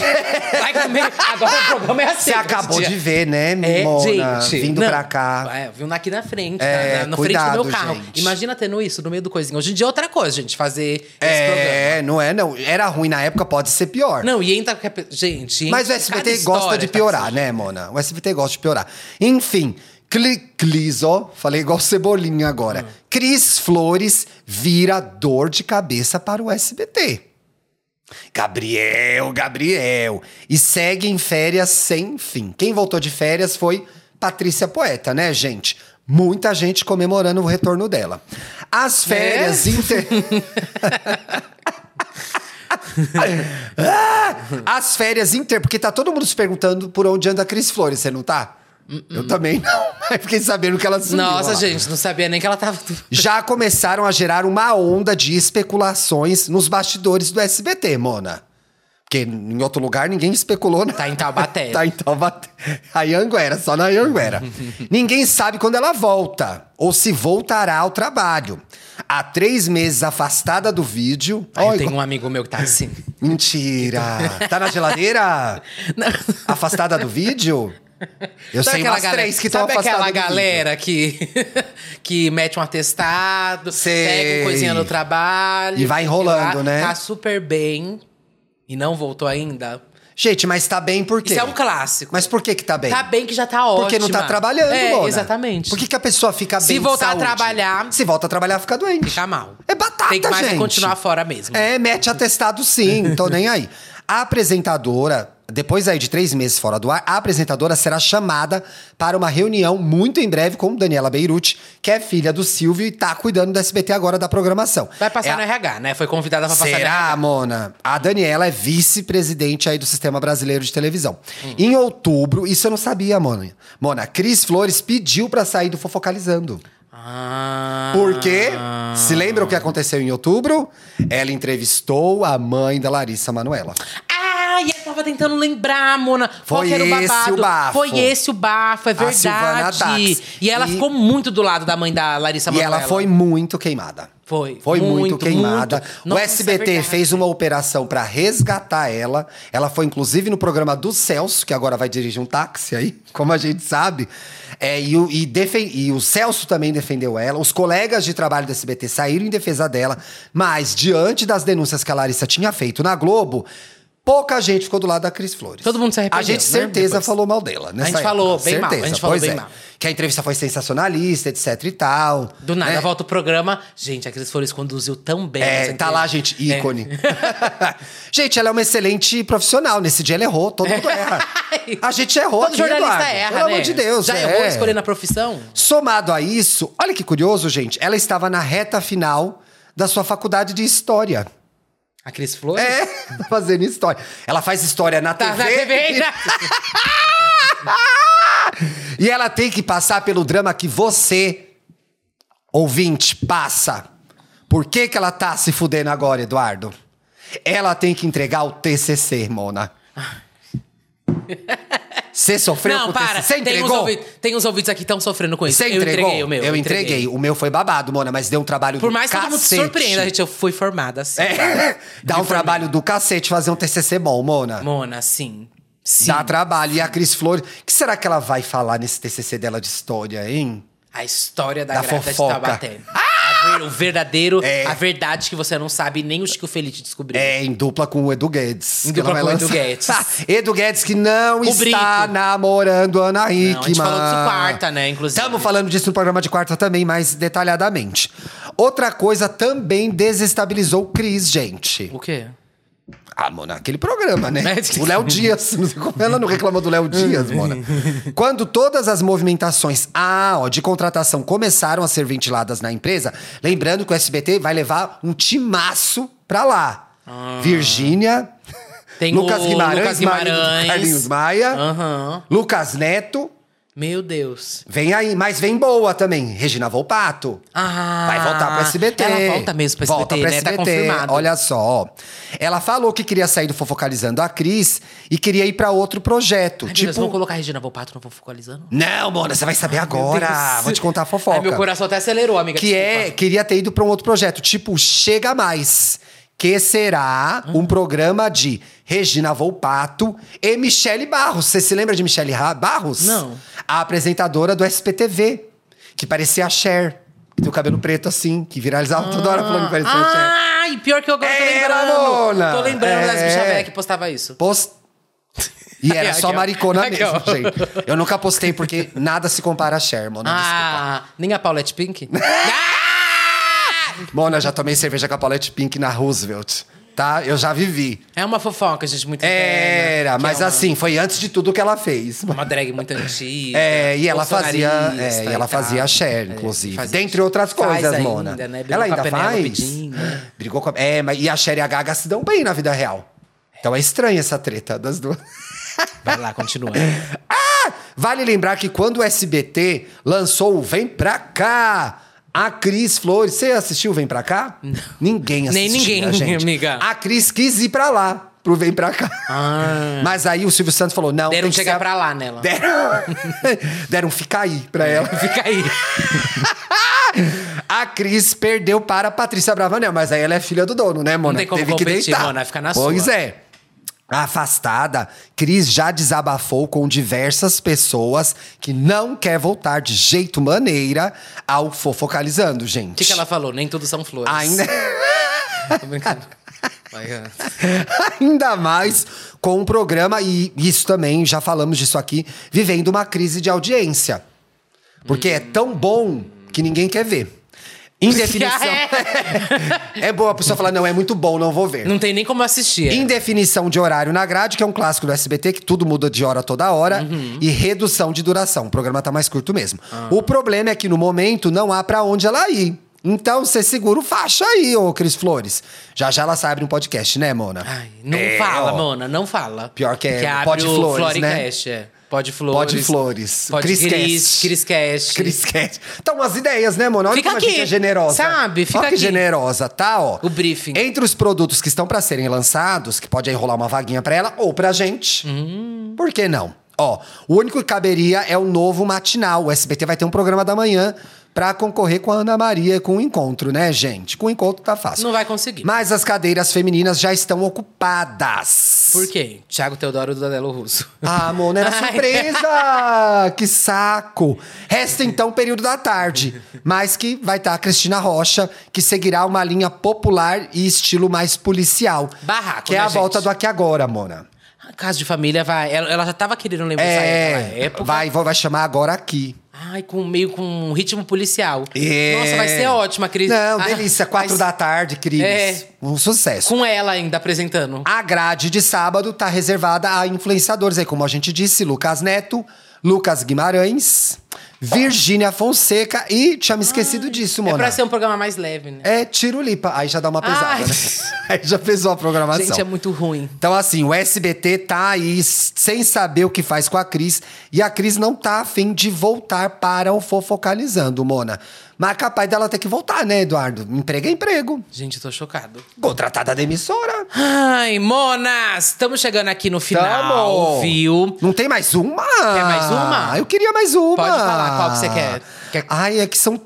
S4: Vai comer. Agora o programa é assim.
S3: Você acabou de ver, né,
S4: É,
S3: Mona?
S4: gente.
S3: Vindo
S4: não.
S3: pra cá.
S4: É, vindo aqui na frente, na,
S3: É,
S4: na- na frente
S3: cuidado,
S4: do meu carro.
S3: gente.
S4: Imagina tendo isso no meio do coisinho. Hoje em dia é outra coisa, gente, fazer esse programa.
S3: É, não é, não. Era ruim na época, pode ser pior.
S4: Não, e entra. qualquer pe- Gente.
S3: Mas o
S4: entra cada
S3: SBT
S4: história,
S3: gosta de
S4: tá?
S3: piorar, né, Mona? O SBT gosta de piorar. Enfim, Cli Clis, ó, falei igual cebolinha agora.
S4: Hum.
S3: Cris Flores vira dor de cabeça para o SBT. Gabriel, Gabriel. E segue em férias sem fim. Quem voltou de férias foi Patrícia Poeta, né, gente? Muita gente comemorando o retorno dela. As
S4: Né?
S3: férias inter... Ah! As férias inter... Porque tá todo mundo se perguntando por onde anda a Cris Flores, você não tá? Eu também não. Mas fiquei sabendo que ela sumiu.
S4: Nossa,
S3: olha lá.
S4: gente, não sabia nem que ela tava.
S3: Já começaram a gerar uma onda de especulações nos bastidores do SBT, Mona. Porque em outro lugar ninguém especulou. né?
S4: Tá em Taubaté.
S3: tá em Taubaté. A Ianguera, só na Ianguera. ninguém sabe quando ela volta ou se voltará ao trabalho. Há três meses afastada do vídeo.
S4: Aí
S3: Ó,
S4: eu tenho
S3: igual-
S4: um amigo meu que tá assim.
S3: Mentira! Tá na geladeira?
S4: Não.
S3: afastada do vídeo? Eu
S4: Sabe
S3: sei
S4: aquela
S3: umas
S4: galera-
S3: três que estão
S4: Sabe
S3: afastadas
S4: aquela
S3: do vídeo.
S4: galera que, que mete um atestado,
S3: Sei.
S4: pega uma coisinha no trabalho.
S3: E vai
S4: sei
S3: enrolando,
S4: lá,
S3: né?
S4: Tá super bem. E não voltou ainda.
S3: Gente, mas tá bem por quê?
S4: Isso é um clássico.
S3: Mas por que que tá bem?
S4: Tá bem que já tá ótimo.
S3: Porque não tá trabalhando,
S4: é,
S3: Mona.
S4: Exatamente.
S3: Por que, que a pessoa fica bem
S4: Se
S3: de
S4: voltar a
S3: saúde?
S4: trabalhar-
S3: Se volta a trabalhar, fica doente.
S4: Fica mal.
S3: É batata,
S4: Tem que mais é
S3: gente.
S4: continuar fora mesmo.
S3: É, mete atestado sim, tô nem aí. A apresentadora, depois aí de três meses fora do ar, a apresentadora será chamada para uma reunião muito em breve com Daniela Beirute, que é filha do Silvio e tá cuidando do SBT agora da programação.
S4: Vai passar
S3: é
S4: no RH, né? Foi convidada pra passar no RH.
S3: Será, Mona? A Daniela é vice-presidente aí do Sistema Brasileiro de Televisão. Em outubro, isso eu não sabia, Mona. Mona, Cris Flores pediu pra sair do Fofocalizando.
S4: Ah.
S3: Porque, se lembra o que aconteceu em outubro? Ela entrevistou a mãe da Larissa Manoela.
S4: Ah, e eu tava tentando lembrar, Mona. qual
S3: Foi
S4: que era o
S3: esse
S4: babado.
S3: o bafo.
S4: Foi esse o bafo, é
S3: A Silvana
S4: verdade.
S3: Dax.
S4: E ela
S3: E-
S4: ficou muito do lado da mãe da Larissa
S3: E
S4: Manoela.
S3: ela foi muito queimada.
S4: Foi.
S3: Foi muito,
S4: Muito,
S3: queimada.
S4: muito.
S3: o
S4: Nossa, é
S3: SBT
S4: verdade.
S3: fez uma operação pra resgatar ela. Ela foi, inclusive, no programa do Celso, que agora vai dirigir um táxi aí, como a gente sabe. É, e, o, e defen- e o Celso também defendeu ela. Os colegas de trabalho do SBT saíram em defesa dela. Mas, diante das denúncias que a Larissa tinha feito na Globo, pouca gente ficou do lado da Cris Flores.
S4: Todo mundo se arrependeu,
S3: A gente,
S4: né?
S3: certeza,
S4: Depois.
S3: falou mal dela, né?
S4: A gente falou bem mal, a
S3: certeza.
S4: gente falou
S3: pois
S4: bem
S3: é.
S4: mal.
S3: Que a entrevista foi sensacionalista, etc e tal.
S4: Do nada,
S3: né?
S4: volta o programa. Gente, a Cris Flores conduziu tão bem.
S3: É,
S4: essa
S3: tá lá,
S4: entrevista. É.
S3: gente, ícone. gente, ela é uma excelente profissional. Nesse dia ela errou, todo mundo erra. A gente errou
S4: Todo
S3: aqui,
S4: jornalista
S3: Eduardo.
S4: erra,
S3: Pelo
S4: né?
S3: amor de Deus,
S4: Já
S3: é.
S4: errou escolhendo a profissão?
S3: Somado a isso, olha que curioso, gente. Ela estava na reta final da sua faculdade de História.
S4: A Cris Flores?
S3: É, fazendo História. Ela faz História na
S4: Tá
S3: TV.
S4: na TV ainda.
S3: E ela tem que passar pelo drama que você, ouvinte, passa. Por que, que ela tá se fudendo agora, Eduardo? Ela tem que entregar o TCC, Mona. Você sofreu com
S4: Não,
S3: o TCC?
S4: para.
S3: Você
S4: Tem uns,
S3: entregou?
S4: ouvi- tem uns ouvintes aqui que estão sofrendo com isso.
S3: Você
S4: eu
S3: entregou?
S4: entreguei o meu.
S3: Eu entreguei. O meu foi babado, Mona, mas deu um trabalho
S4: Por
S3: do
S4: mais que todo
S3: cacete.
S4: mundo se surpreenda, gente, eu fui formada assim.
S3: É. Dá um trabalho do cacete fazer um TCC bom, Mona.
S4: Mona, sim. Sim.
S3: Dá trabalho. E a Cris Flores, o que será que ela vai falar nesse TCC dela de história, hein?
S4: A história da,
S3: Da
S4: grávida de
S3: fofoca. Ah!
S4: Taubaté. A ver- o verdadeiro,
S3: É.
S4: a verdade que você não sabe nem o Chico Feliz descobriu.
S3: É, em dupla com o Edu Guedes.
S4: Em
S3: que
S4: dupla
S3: ela vai
S4: com o Edu
S3: lançar.
S4: Guedes.
S3: Edu Guedes que não
S4: O
S3: está
S4: Brito.
S3: namorando Ana Hickman.
S4: Não, a gente falou disso quarta, né, inclusive.
S3: Estamos falando disso no programa de quarta também, mais detalhadamente. Outra coisa também desestabilizou Cris, gente.
S4: O quê?
S3: Ah, Mona, aquele programa, né?
S4: Mas-
S3: O Léo Dias. Não sei como Ela não reclamou do Léo Dias, Mona. Quando todas as movimentações ah, ó, de contratação começaram a ser ventiladas na empresa, lembrando que o SBT vai levar um timaço pra lá. Virgínia.
S4: Ah. Tem
S3: Lucas
S4: o
S3: Guimarães,
S4: Lucas
S3: marido do
S4: Guimarães. Ah.
S3: Carlinhos Maia.
S4: Aham.
S3: Lucas Neto.
S4: Meu Deus.
S3: Vem aí, mas vem boa também. Regina Volpato.
S4: Ah,
S3: Vai voltar pro SBT.
S4: Ela volta mesmo pro
S3: Volta
S4: SBT,
S3: pro
S4: né? Tá
S3: SBT.
S4: confirmado.
S3: Olha só. Ela falou que queria sair do Fofocalizando a Cris e queria ir pra outro projeto.
S4: Ai, meu
S3: tipo.
S4: Deus, vamos colocar a Regina Volpato no Fofocalizando?
S3: Não, Mona, você vai saber agora.
S4: Deus.
S3: Vou te contar a fofoca.
S4: Ai, meu coração até acelerou, amiga.
S3: Que é,
S4: desculpa.
S3: queria ter ido pra um outro projeto, tipo Chega Mais, que será
S4: Hum.
S3: um programa de Regina Volpato e Michele Barros. Você se lembra de Michele Ra- Barros?
S4: Não.
S3: A apresentadora do SPTV, que parecia a Cher, que tem o cabelo preto assim, que viralizava toda hora
S4: Ah.
S3: falando que parecia a Cher.
S4: Ai, pior que eu agora tô
S3: Era,
S4: lembrando.
S3: Mona.
S4: Tô lembrando das
S3: É.
S4: bichas velhas que postava isso.
S3: Post... E era só
S4: Aqui, ó.
S3: maricona
S4: Aqui, ó.
S3: mesmo, gente. Eu nunca postei porque nada se compara a Cher, Mona. Desculpa.
S4: Ah, nem a Paulette Pink?
S3: Mona, já tomei cerveja com a Paulette Pink na Roosevelt, tá? Eu já vivi.
S4: é uma fofoca, gente, muito interna,
S3: Era,
S4: que
S3: mas
S4: é uma-
S3: assim, foi antes de tudo que ela fez.
S4: Uma drag muito antiga.
S3: É, e ela fazia,
S4: bolsonarista
S3: é, e
S4: tal.
S3: ela fazia a Cher,
S4: É,
S3: inclusive.
S4: fazia-
S3: Dentre outras
S4: faz
S3: coisas,
S4: ainda,
S3: Mona.
S4: né? Brigou
S3: Ela
S4: com a
S3: ainda
S4: Penélope
S3: faz?
S4: Jean, né?
S3: Brigou com a... É, mas e a Cher e a Gaga se dão bem na vida real. Então é estranha essa treta das duas.
S4: Vai lá, continua.
S3: Vale lembrar que quando o SBT lançou o Vem Pra Cá, a Cris Flores... Você assistiu o Vem Pra Cá? Ninguém
S4: Nem
S3: assistiu.
S4: ninguém,
S3: gente.
S4: amiga.
S3: A Cris quis ir pra lá, pro Vem Pra Cá.
S4: Ah.
S3: Mas aí o Silvio Santos falou, não,
S4: Deram um
S3: tem que
S4: chegar É.
S3: ser a-
S4: pra lá nela.
S3: Deram, deram um fica aí pra ela.
S4: Fica aí.
S3: A Cris perdeu para a Patrícia Bravanel, mas aí ela é filha do dono, né, Mona?
S4: tem como competir, Mona, fica na
S3: pois
S4: sua.
S3: é. Afastada, Cris já desabafou com diversas pessoas que não quer voltar de jeito maneira ao Fofocalizando, gente.
S4: O que, que ela falou? Nem tudo são flores.
S3: Ainda...
S4: Tô brincando. Ai, Ana.
S3: Ainda mais com o programa, e isso também, já falamos disso aqui, vivendo uma crise de audiência. Porque é tão bom que ninguém quer ver. Em definição.
S4: Ah,
S3: é boa a pessoa falar, não, é muito bom, não vou ver.
S4: Não tem nem como assistir.
S3: Em definição de horário na grade, que é um clássico do SBT, que tudo muda de hora toda hora,
S4: Uhum.
S3: e redução de duração. O programa tá mais curto mesmo.
S4: Ah.
S3: O problema é que no momento não há pra onde ela ir. Então você segura o faixa aí, ô Cris Flores. Já já ela sai abrir um podcast, né, Mona?
S4: Ai, não
S3: É,
S4: fala,
S3: ó.
S4: Mona, não fala.
S3: Pior que é
S4: abre
S3: Pode
S4: o
S3: Flores, né?
S4: Floricast, é. Pode Flores.
S3: Pode Flores.
S4: Pode
S3: Cris
S4: Cris
S3: Cast.
S4: Cris, Cast.
S3: Cris Cat. Então, umas ideias, né, Mona? Olha
S4: Fica
S3: como a gente
S4: aqui,
S3: é generosa.
S4: sabe? Fica
S3: Olha que
S4: aqui.
S3: generosa, tá? Ó.
S4: O briefing.
S3: Entre os produtos que estão pra serem lançados, que pode aí rolar uma vaguinha pra ela ou pra gente.
S4: Hum.
S3: Por que não? Ó, o único que caberia é o novo matinal. O SBT vai ter um programa da manhã pra concorrer com a Ana Maria com o encontro, né, gente? Com o encontro tá fácil.
S4: Não vai conseguir.
S3: Mas as cadeiras femininas já estão ocupadas.
S4: Por quê? Thiago Teodoro do Danelo Russo.
S3: Ah, Mona, era
S4: Ai.
S3: surpresa! que saco! Resta então o período da tarde, mas que vai estar a Cristina Rocha, que seguirá uma linha popular e estilo mais policial.
S4: Barraco,
S3: Que é
S4: né,
S3: a
S4: gente?
S3: volta do Aqui Agora, Mona.
S4: A Casa de Família vai... Ela, ela já tava querendo lembrar sair naquela
S3: É,
S4: época.
S3: vai, vai chamar agora aqui.
S4: Ai, com meio com um ritmo policial.
S3: É.
S4: Nossa, vai ser ótima, Cris.
S3: Não,
S4: Ah,
S3: delícia, quatro
S4: mas
S3: da tarde, Cris.
S4: É.
S3: Um sucesso.
S4: Com ela ainda apresentando.
S3: A grade de sábado tá reservada a influenciadores aí, como a gente disse, Lucas Neto, Lucas Guimarães, Virgínia Fonseca e tinha me esquecido disso,
S4: é
S3: Mona.
S4: pra ser um programa mais leve, né?
S3: É tiro lipa. Aí já dá uma pesada,
S4: Ai.
S3: né? Aí já pesou a programação.
S4: Gente, é muito ruim.
S3: Então, assim, o SBT tá aí s- sem saber o que faz com a Cris. E a Cris não tá afim de voltar para o Fofocalizando, Mona. Mas é capaz dela ter que voltar, né, Eduardo? Emprego é emprego.
S4: Gente, eu tô chocado.
S3: Contratada da emissora.
S4: Ai, monas! Estamos chegando aqui no final,
S3: Tamo.
S4: viu?
S3: Tá Não tem mais uma?
S4: Quer mais uma?
S3: Eu queria mais uma.
S4: Pode falar, qual que você quer? Quer-
S3: Ai, é que são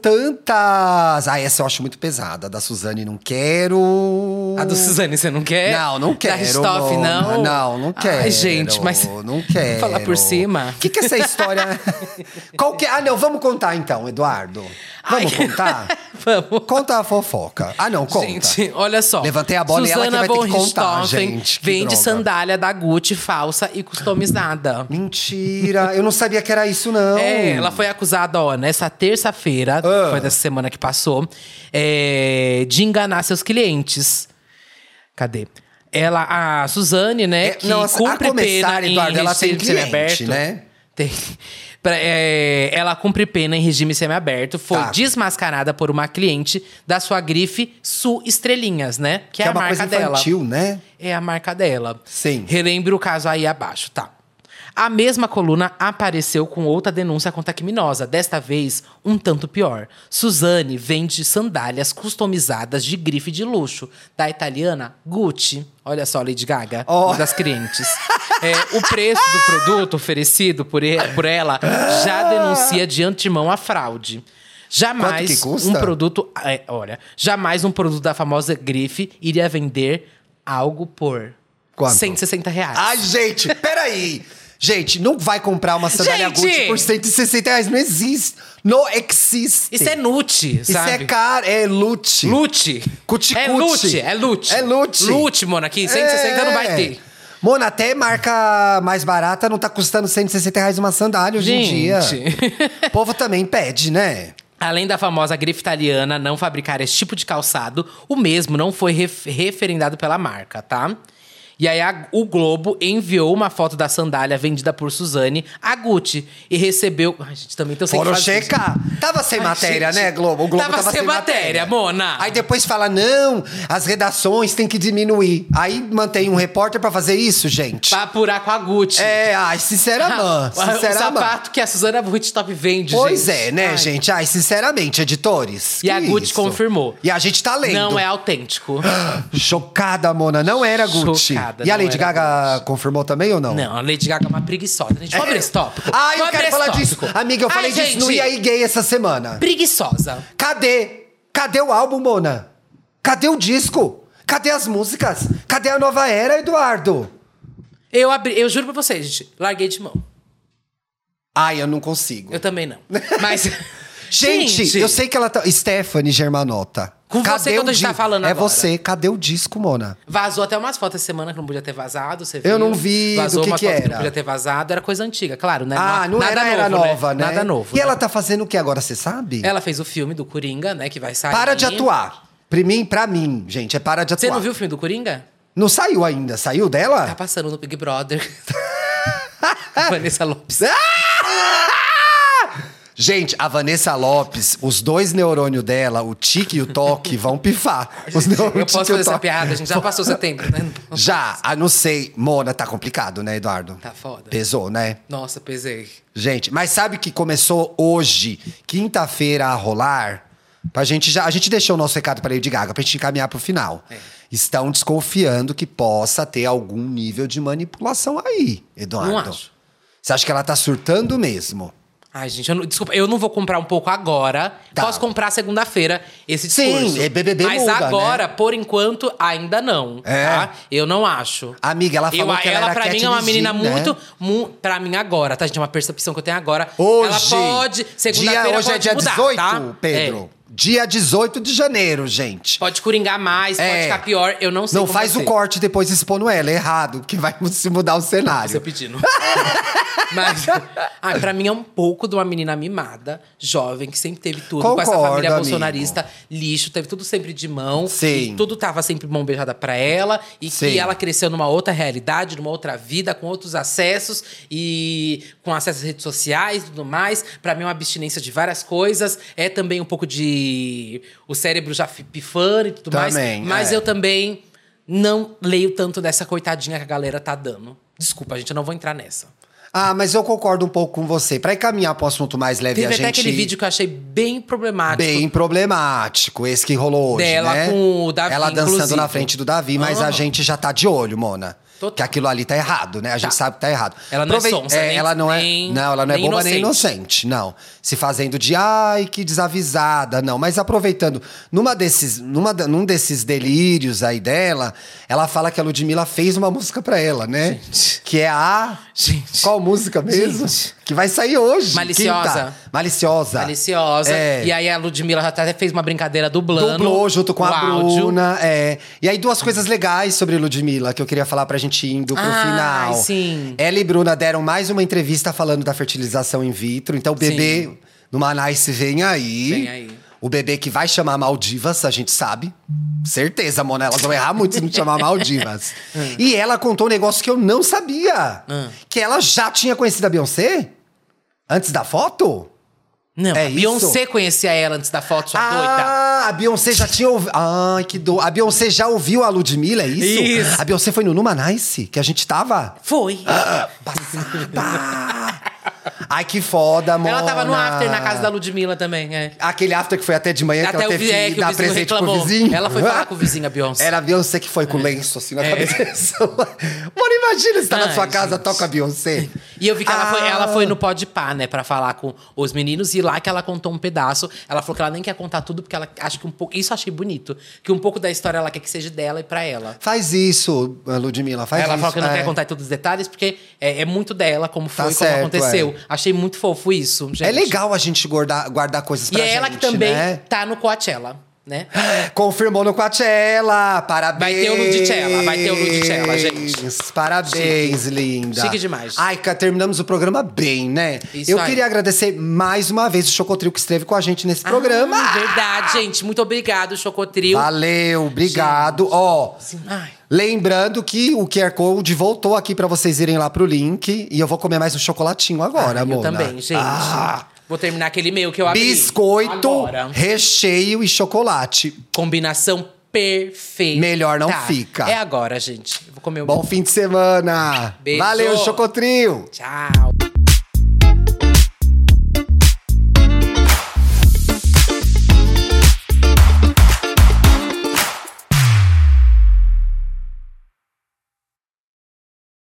S3: tantas. Ah, essa eu acho muito pesada. A da Suzane não quero.
S4: A do Suzane, você não quer?
S3: Hum. Não, não quero.
S4: É, Da Ristoff,
S3: Mona.
S4: não?
S3: Não, não quero.
S4: Ai, gente, mas.
S3: Não quero.
S4: Falar por cima.
S3: O que, que é essa história. Qual que é? Ah, não, vamos contar então, Eduardo. Vamos
S4: Ai.
S3: contar?
S4: Vamos.
S3: Conta a fofoca. Ah, não, conta.
S4: Gente, olha só.
S3: Levantei a bola e ela que vai ter que contar,
S4: Richthofen
S3: gente. Que
S4: Vende
S3: droga.
S4: sandália da Gucci falsa e customizada.
S3: Mentira, eu não sabia que era isso, não.
S4: É, ela foi acusada, ó, nessa terça-feira,
S3: Então- Ah.
S4: foi dessa semana que passou, é, de enganar seus clientes. Cadê? Ela, a Suzane, né,
S3: É,
S4: que
S3: não, a- a
S4: cumpre
S3: começar,
S4: pena
S3: Eduardo,
S4: em
S3: ela tem
S4: regime semiaberto.
S3: cliente, né?
S4: Tem. Pra- é, ela cumpre pena em regime semiaberto, foi
S3: Tá.
S4: desmascarada por uma cliente da sua grife Su Estrelinhas, né? Que,
S3: Que
S4: é
S3: é
S4: a
S3: uma
S4: marca
S3: coisa
S4: dela
S3: infantil, né?
S4: é a marca dela.
S3: Sim.
S4: Relembre o caso aí abaixo, tá? A mesma coluna apareceu com outra denúncia contra a criminosa, desta vez um tanto pior. Suzane vende sandálias customizadas de grife de luxo da italiana Gucci. Olha só, Lady Gaga,
S3: Ó.
S4: uma das clientes. É, o preço do produto oferecido por, e- por ela já denuncia de antemão a fraude. Jamais
S3: que custa?
S4: um produto produto. é, olha, jamais um produto da famosa grife iria vender algo por
S3: Quanto?
S4: 160 reais.
S3: Ai, gente, peraí. Gente, não vai comprar uma sandália
S4: Gente!
S3: Gucci por 160 reais. Não existe. Não existe.
S4: Isso é nute,
S3: Isso
S4: sabe?
S3: é caro. É lute.
S4: Lute.
S3: Cuti-cuti.
S4: É lute, é lute.
S3: É lute.
S4: Lute, mona, aqui, 160 não vai
S3: É.
S4: ter.
S3: Mona, até marca mais barata não tá custando 160 reais uma sandália hoje em dia.
S4: Gente.
S3: O povo também pede, né?
S4: Além da famosa grife italiana não fabricar esse tipo de calçado, o mesmo não foi ref- referendado pela marca, tá? E aí a- o Globo enviou uma foto da sandália vendida por Suzane a Gucci e recebeu. Ai, gente, também tô sem
S3: Foram
S4: que fazer.
S3: checar. é Tava sem
S4: Ai,
S3: matéria,
S4: gente.
S3: né, Globo? O Globo
S4: Tava
S3: tava,
S4: sem matéria, Mona.
S3: Aí depois fala, não, as redações têm que diminuir. Aí mantém um repórter pra fazer isso, gente.
S4: Pra apurar com a Gucci. Ah,
S3: É, ai, sinceramente.
S4: o
S3: sinceramente.
S4: sapato que a Suzana Woodstop vende,
S3: Pois
S4: gente.
S3: é, né,
S4: Ai,
S3: gente? Ai, sinceramente, editores.
S4: E
S3: que
S4: a Gucci
S3: isso?
S4: confirmou.
S3: E a gente tá lendo.
S4: Não é autêntico.
S3: Chocada, Mona. Não era Gucci.
S4: Chocada,
S3: e a
S4: não
S3: Lady
S4: era
S3: Gaga confirmou também ou não?
S4: Não, a Lady Gaga é uma preguiçosa. Gente, vamos abrir esse tópico.
S3: Ai, eu
S4: Vamos abrir
S3: quero
S4: esse
S3: falar disso.
S4: tópico.
S3: Amiga, eu
S4: Ai,
S3: falei disso no
S4: gente,
S3: E aí Gay essa semana.
S4: Preguiçosa.
S3: Cadê? Cadê o álbum, Mona? Cadê o disco? Cadê as músicas? Cadê a nova era, Eduardo?
S4: Eu, abri, eu juro pra vocês, gente, larguei de mão.
S3: Ai, eu não consigo.
S4: Eu também não. Mas.
S3: Gente, eu sei que ela tá. Stephanie Germanota.
S4: Com você quando a gente
S3: di-
S4: tá falando
S3: É
S4: agora.
S3: você, cadê o disco, Mona?
S4: Vazou até umas fotos essa semana que não podia ter vazado, você viu?
S3: Eu não vi do
S4: Vazou
S3: que
S4: umas
S3: que
S4: fotos que
S3: era.
S4: não podia ter vazado, era coisa antiga, claro, né?
S3: ah, não
S4: Nada
S3: era, era
S4: novo,
S3: nova, né?
S4: Nada novo.
S3: E
S4: né?
S3: ela tá fazendo o que agora, você sabe?
S4: Ela fez o filme do Coringa, né, que vai sair.
S3: Para de atuar. Pra mim, pra mim, gente, é para de atuar. É.
S4: Você não viu o filme do Coringa?
S3: Não saiu ainda, saiu
S4: Tá
S3: dela?
S4: passando no Big Brother. A Vanessa Lopes.
S3: Gente, a Vanessa Lopes, os dois neurônios dela, o tique e o toque, vão pifar. Os
S4: Eu
S3: neurônios
S4: posso
S3: tique e
S4: fazer
S3: o
S4: essa
S3: toque.
S4: piada, a gente já passou setembro, né? Não-
S3: tá? Já, ah, não sei. Mona, tá complicado, né, Eduardo?
S4: Tá foda.
S3: Pesou, né?
S4: Nossa, pesei.
S3: Gente, mas sabe que começou hoje, quinta-feira, a rolar? Pra gente já, a gente deixou o nosso recado pra Lady Gaga, pra gente encaminhar pro final.
S4: É.
S3: Estão desconfiando que possa ter algum nível de manipulação aí, Eduardo.
S4: Não acho.
S3: Você acha que ela tá surtando mesmo?
S4: Ai, gente, eu não- desculpa, eu não vou comprar um pouco agora.
S3: Tá.
S4: Posso comprar segunda-feira esse
S3: Sim,
S4: discurso.
S3: é BBB
S4: Mas
S3: muda,
S4: agora, por enquanto, ainda não.
S3: É.
S4: Tá? Eu não acho.
S3: Amiga, ela falou
S4: eu,
S3: que ela era
S4: pra mim
S3: Katniss
S4: é uma menina
S3: Jean, né?
S4: muito, mu, pra mim agora, tá gente, é uma percepção que eu tenho agora.
S3: Hoje.
S4: ela pode, segunda-feira
S3: dia- Hoje
S4: pode
S3: é dia
S4: mudar,
S3: 18,
S4: tá?
S3: Pedro. Dia 18 de janeiro, gente.
S4: É. Pode coringar mais,
S3: É.
S4: pode ficar pior, eu não sei
S3: Não
S4: como
S3: faz
S4: vai
S3: o
S4: ser.
S3: corte e depois expondo ela, é errado, porque vai se mudar o
S4: Isso eu
S3: cenário.
S4: pedindo. Mas, ah, pra mim é um pouco de uma menina mimada, jovem, que sempre teve tudo com essa
S3: Concordo,
S4: família
S3: amigo.
S4: bolsonarista, lixo, teve tudo sempre de mão.
S3: Sim.
S4: E tudo tava sempre mão beijada pra ela. E
S3: Sim.
S4: que ela cresceu numa outra realidade, numa outra vida, com outros acessos e com acesso às redes sociais e tudo mais. Pra mim é uma abstinência de várias coisas. É também um pouco de. O cérebro já fi- pifando e tudo
S3: Também,
S4: mais. Mas
S3: é.
S4: eu também não leio tanto dessa coitadinha que a galera tá dando. Desculpa, gente, eu não vou entrar nessa.
S3: Ah, mas eu concordo um pouco com você. Pra encaminhar para um assunto mais leve,
S4: Teve
S3: a
S4: até
S3: gente...
S4: aquele vídeo que eu achei bem problemático.
S3: Bem problemático, esse que rolou hoje,
S4: Dela
S3: né?
S4: com o Davi,
S3: Ela dançando
S4: inclusive.
S3: na frente do Davi, mas
S4: Ah.
S3: a gente já tá de olho, Mona.
S4: Total.
S3: Que aquilo ali tá errado, né? A gente
S4: Tá.
S3: sabe que tá errado.
S4: Ela não é
S3: Aprove-
S4: sonsa, nem-
S3: ela não é,
S4: nem-
S3: não, ela não é
S4: nem
S3: boba nem
S4: inocente.
S3: inocente, não. Se fazendo de ai, que desavisada, não, mas aproveitando numa desses, numa da- num desses delírios aí dela, ela fala que a Ludmilla fez uma música pra ela, né? Que é a
S4: Gente.
S3: Qual música mesmo?
S4: Gente.
S3: Que vai sair hoje.
S4: Maliciosa.
S3: quinta. Maliciosa.
S4: Maliciosa.
S3: É.
S4: E aí a Ludmilla já até fez uma brincadeira dublando.
S3: Dublou junto com
S4: o
S3: a
S4: áudio.
S3: Bruna. É. E aí, duas coisas legais sobre Ludmilla que eu queria falar pra gente indo pro
S4: Ai,
S3: final.
S4: sim.
S3: Ela e Bruna deram mais uma entrevista falando da fertilização in vitro. Então, o bebê
S4: Sim.
S3: no Manice vem aí.
S4: Vem aí.
S3: O bebê que vai chamar Maldivas, a gente sabe. Certeza, Mona. Elas vão errar muito se não chamar Maldivas.
S4: Ah.
S3: E ela contou um negócio que eu não sabia. Que ela já tinha conhecido a Beyoncé? Antes da foto?
S4: Não,
S3: É
S4: a Beyoncé conhecia ela antes da foto, sua Tá doida.
S3: Ah, a Beyoncé já tinha ouvido. Ai, que do... A Beyoncé já ouviu a Ludmilla, é isso?
S4: Isso.
S3: A Beyoncé foi no Numa Nice, que a gente tava.
S4: Foi.
S3: Passada. Ai, que foda, mano.
S4: ela tava no after na casa da Ludmilla também, é.
S3: Aquele after que foi até de manhã, que
S4: Até
S3: ela
S4: o
S3: teve
S4: vi- é,
S3: que,
S4: que o
S3: dar
S4: vizinho
S3: presente pro
S4: reclamou.
S3: vizinho.
S4: Ela foi falar com o vizinho, a Beyoncé.
S3: Era a Beyoncé que foi
S4: É.
S3: com o lenço, assim, na cabeça. Mano, imagina, você tá na
S4: Ai,
S3: sua casa,
S4: gente.
S3: toca a Beyoncé.
S4: E eu vi que ela, foi,
S3: Ah.
S4: ela foi no Pode Pá, né, pra falar com os meninos. E lá que ela contou um pedaço. Ela falou que ela nem quer contar tudo, porque ela acha que um pouco. Isso eu achei bonito. Que um pouco da história ela quer que seja dela e pra ela.
S3: Faz isso, Ludmilla, faz
S4: ela
S3: isso.
S4: falou que não
S3: é.
S4: quer contar todos os detalhes, porque é, é muito dela, como
S3: Tá
S4: foi, como
S3: certo,
S4: aconteceu. Achei muito fofo isso, gente.
S3: É legal a gente guardar, guardar coisas
S4: E
S3: pra
S4: é
S3: gente,
S4: ela que também
S3: né?
S4: tá no Coachella, né?
S3: Confirmou no Coachella. Parabéns.
S4: Vai ter o Ludicella, vai ter o Ludicella, gente.
S3: Parabéns, linda.
S4: Chique demais.
S3: Ai, ca- terminamos o programa bem, né?
S4: Isso
S3: Eu
S4: aí.
S3: queria agradecer mais uma vez o Chocotril que esteve com a gente nesse programa.
S4: Ah, verdade, gente. Muito obrigado, Chocotril.
S3: Valeu, obrigado. Ó,
S4: Ai.
S3: lembrando que o QR Code voltou aqui pra vocês irem lá pro link. E eu vou comer mais um chocolatinho agora,
S4: Ah, eu
S3: amor.
S4: também, gente. Vou terminar aquele e-mail que eu abri.
S3: Ah. Biscoito,
S4: Agora.
S3: recheio e chocolate.
S4: Combinação perfeita.
S3: Melhor não fica.
S4: É agora, gente. Eu Vou comer o
S3: Bom fim de semana.
S4: Beijo.
S3: Valeu, Chocotrio.
S4: Tchau.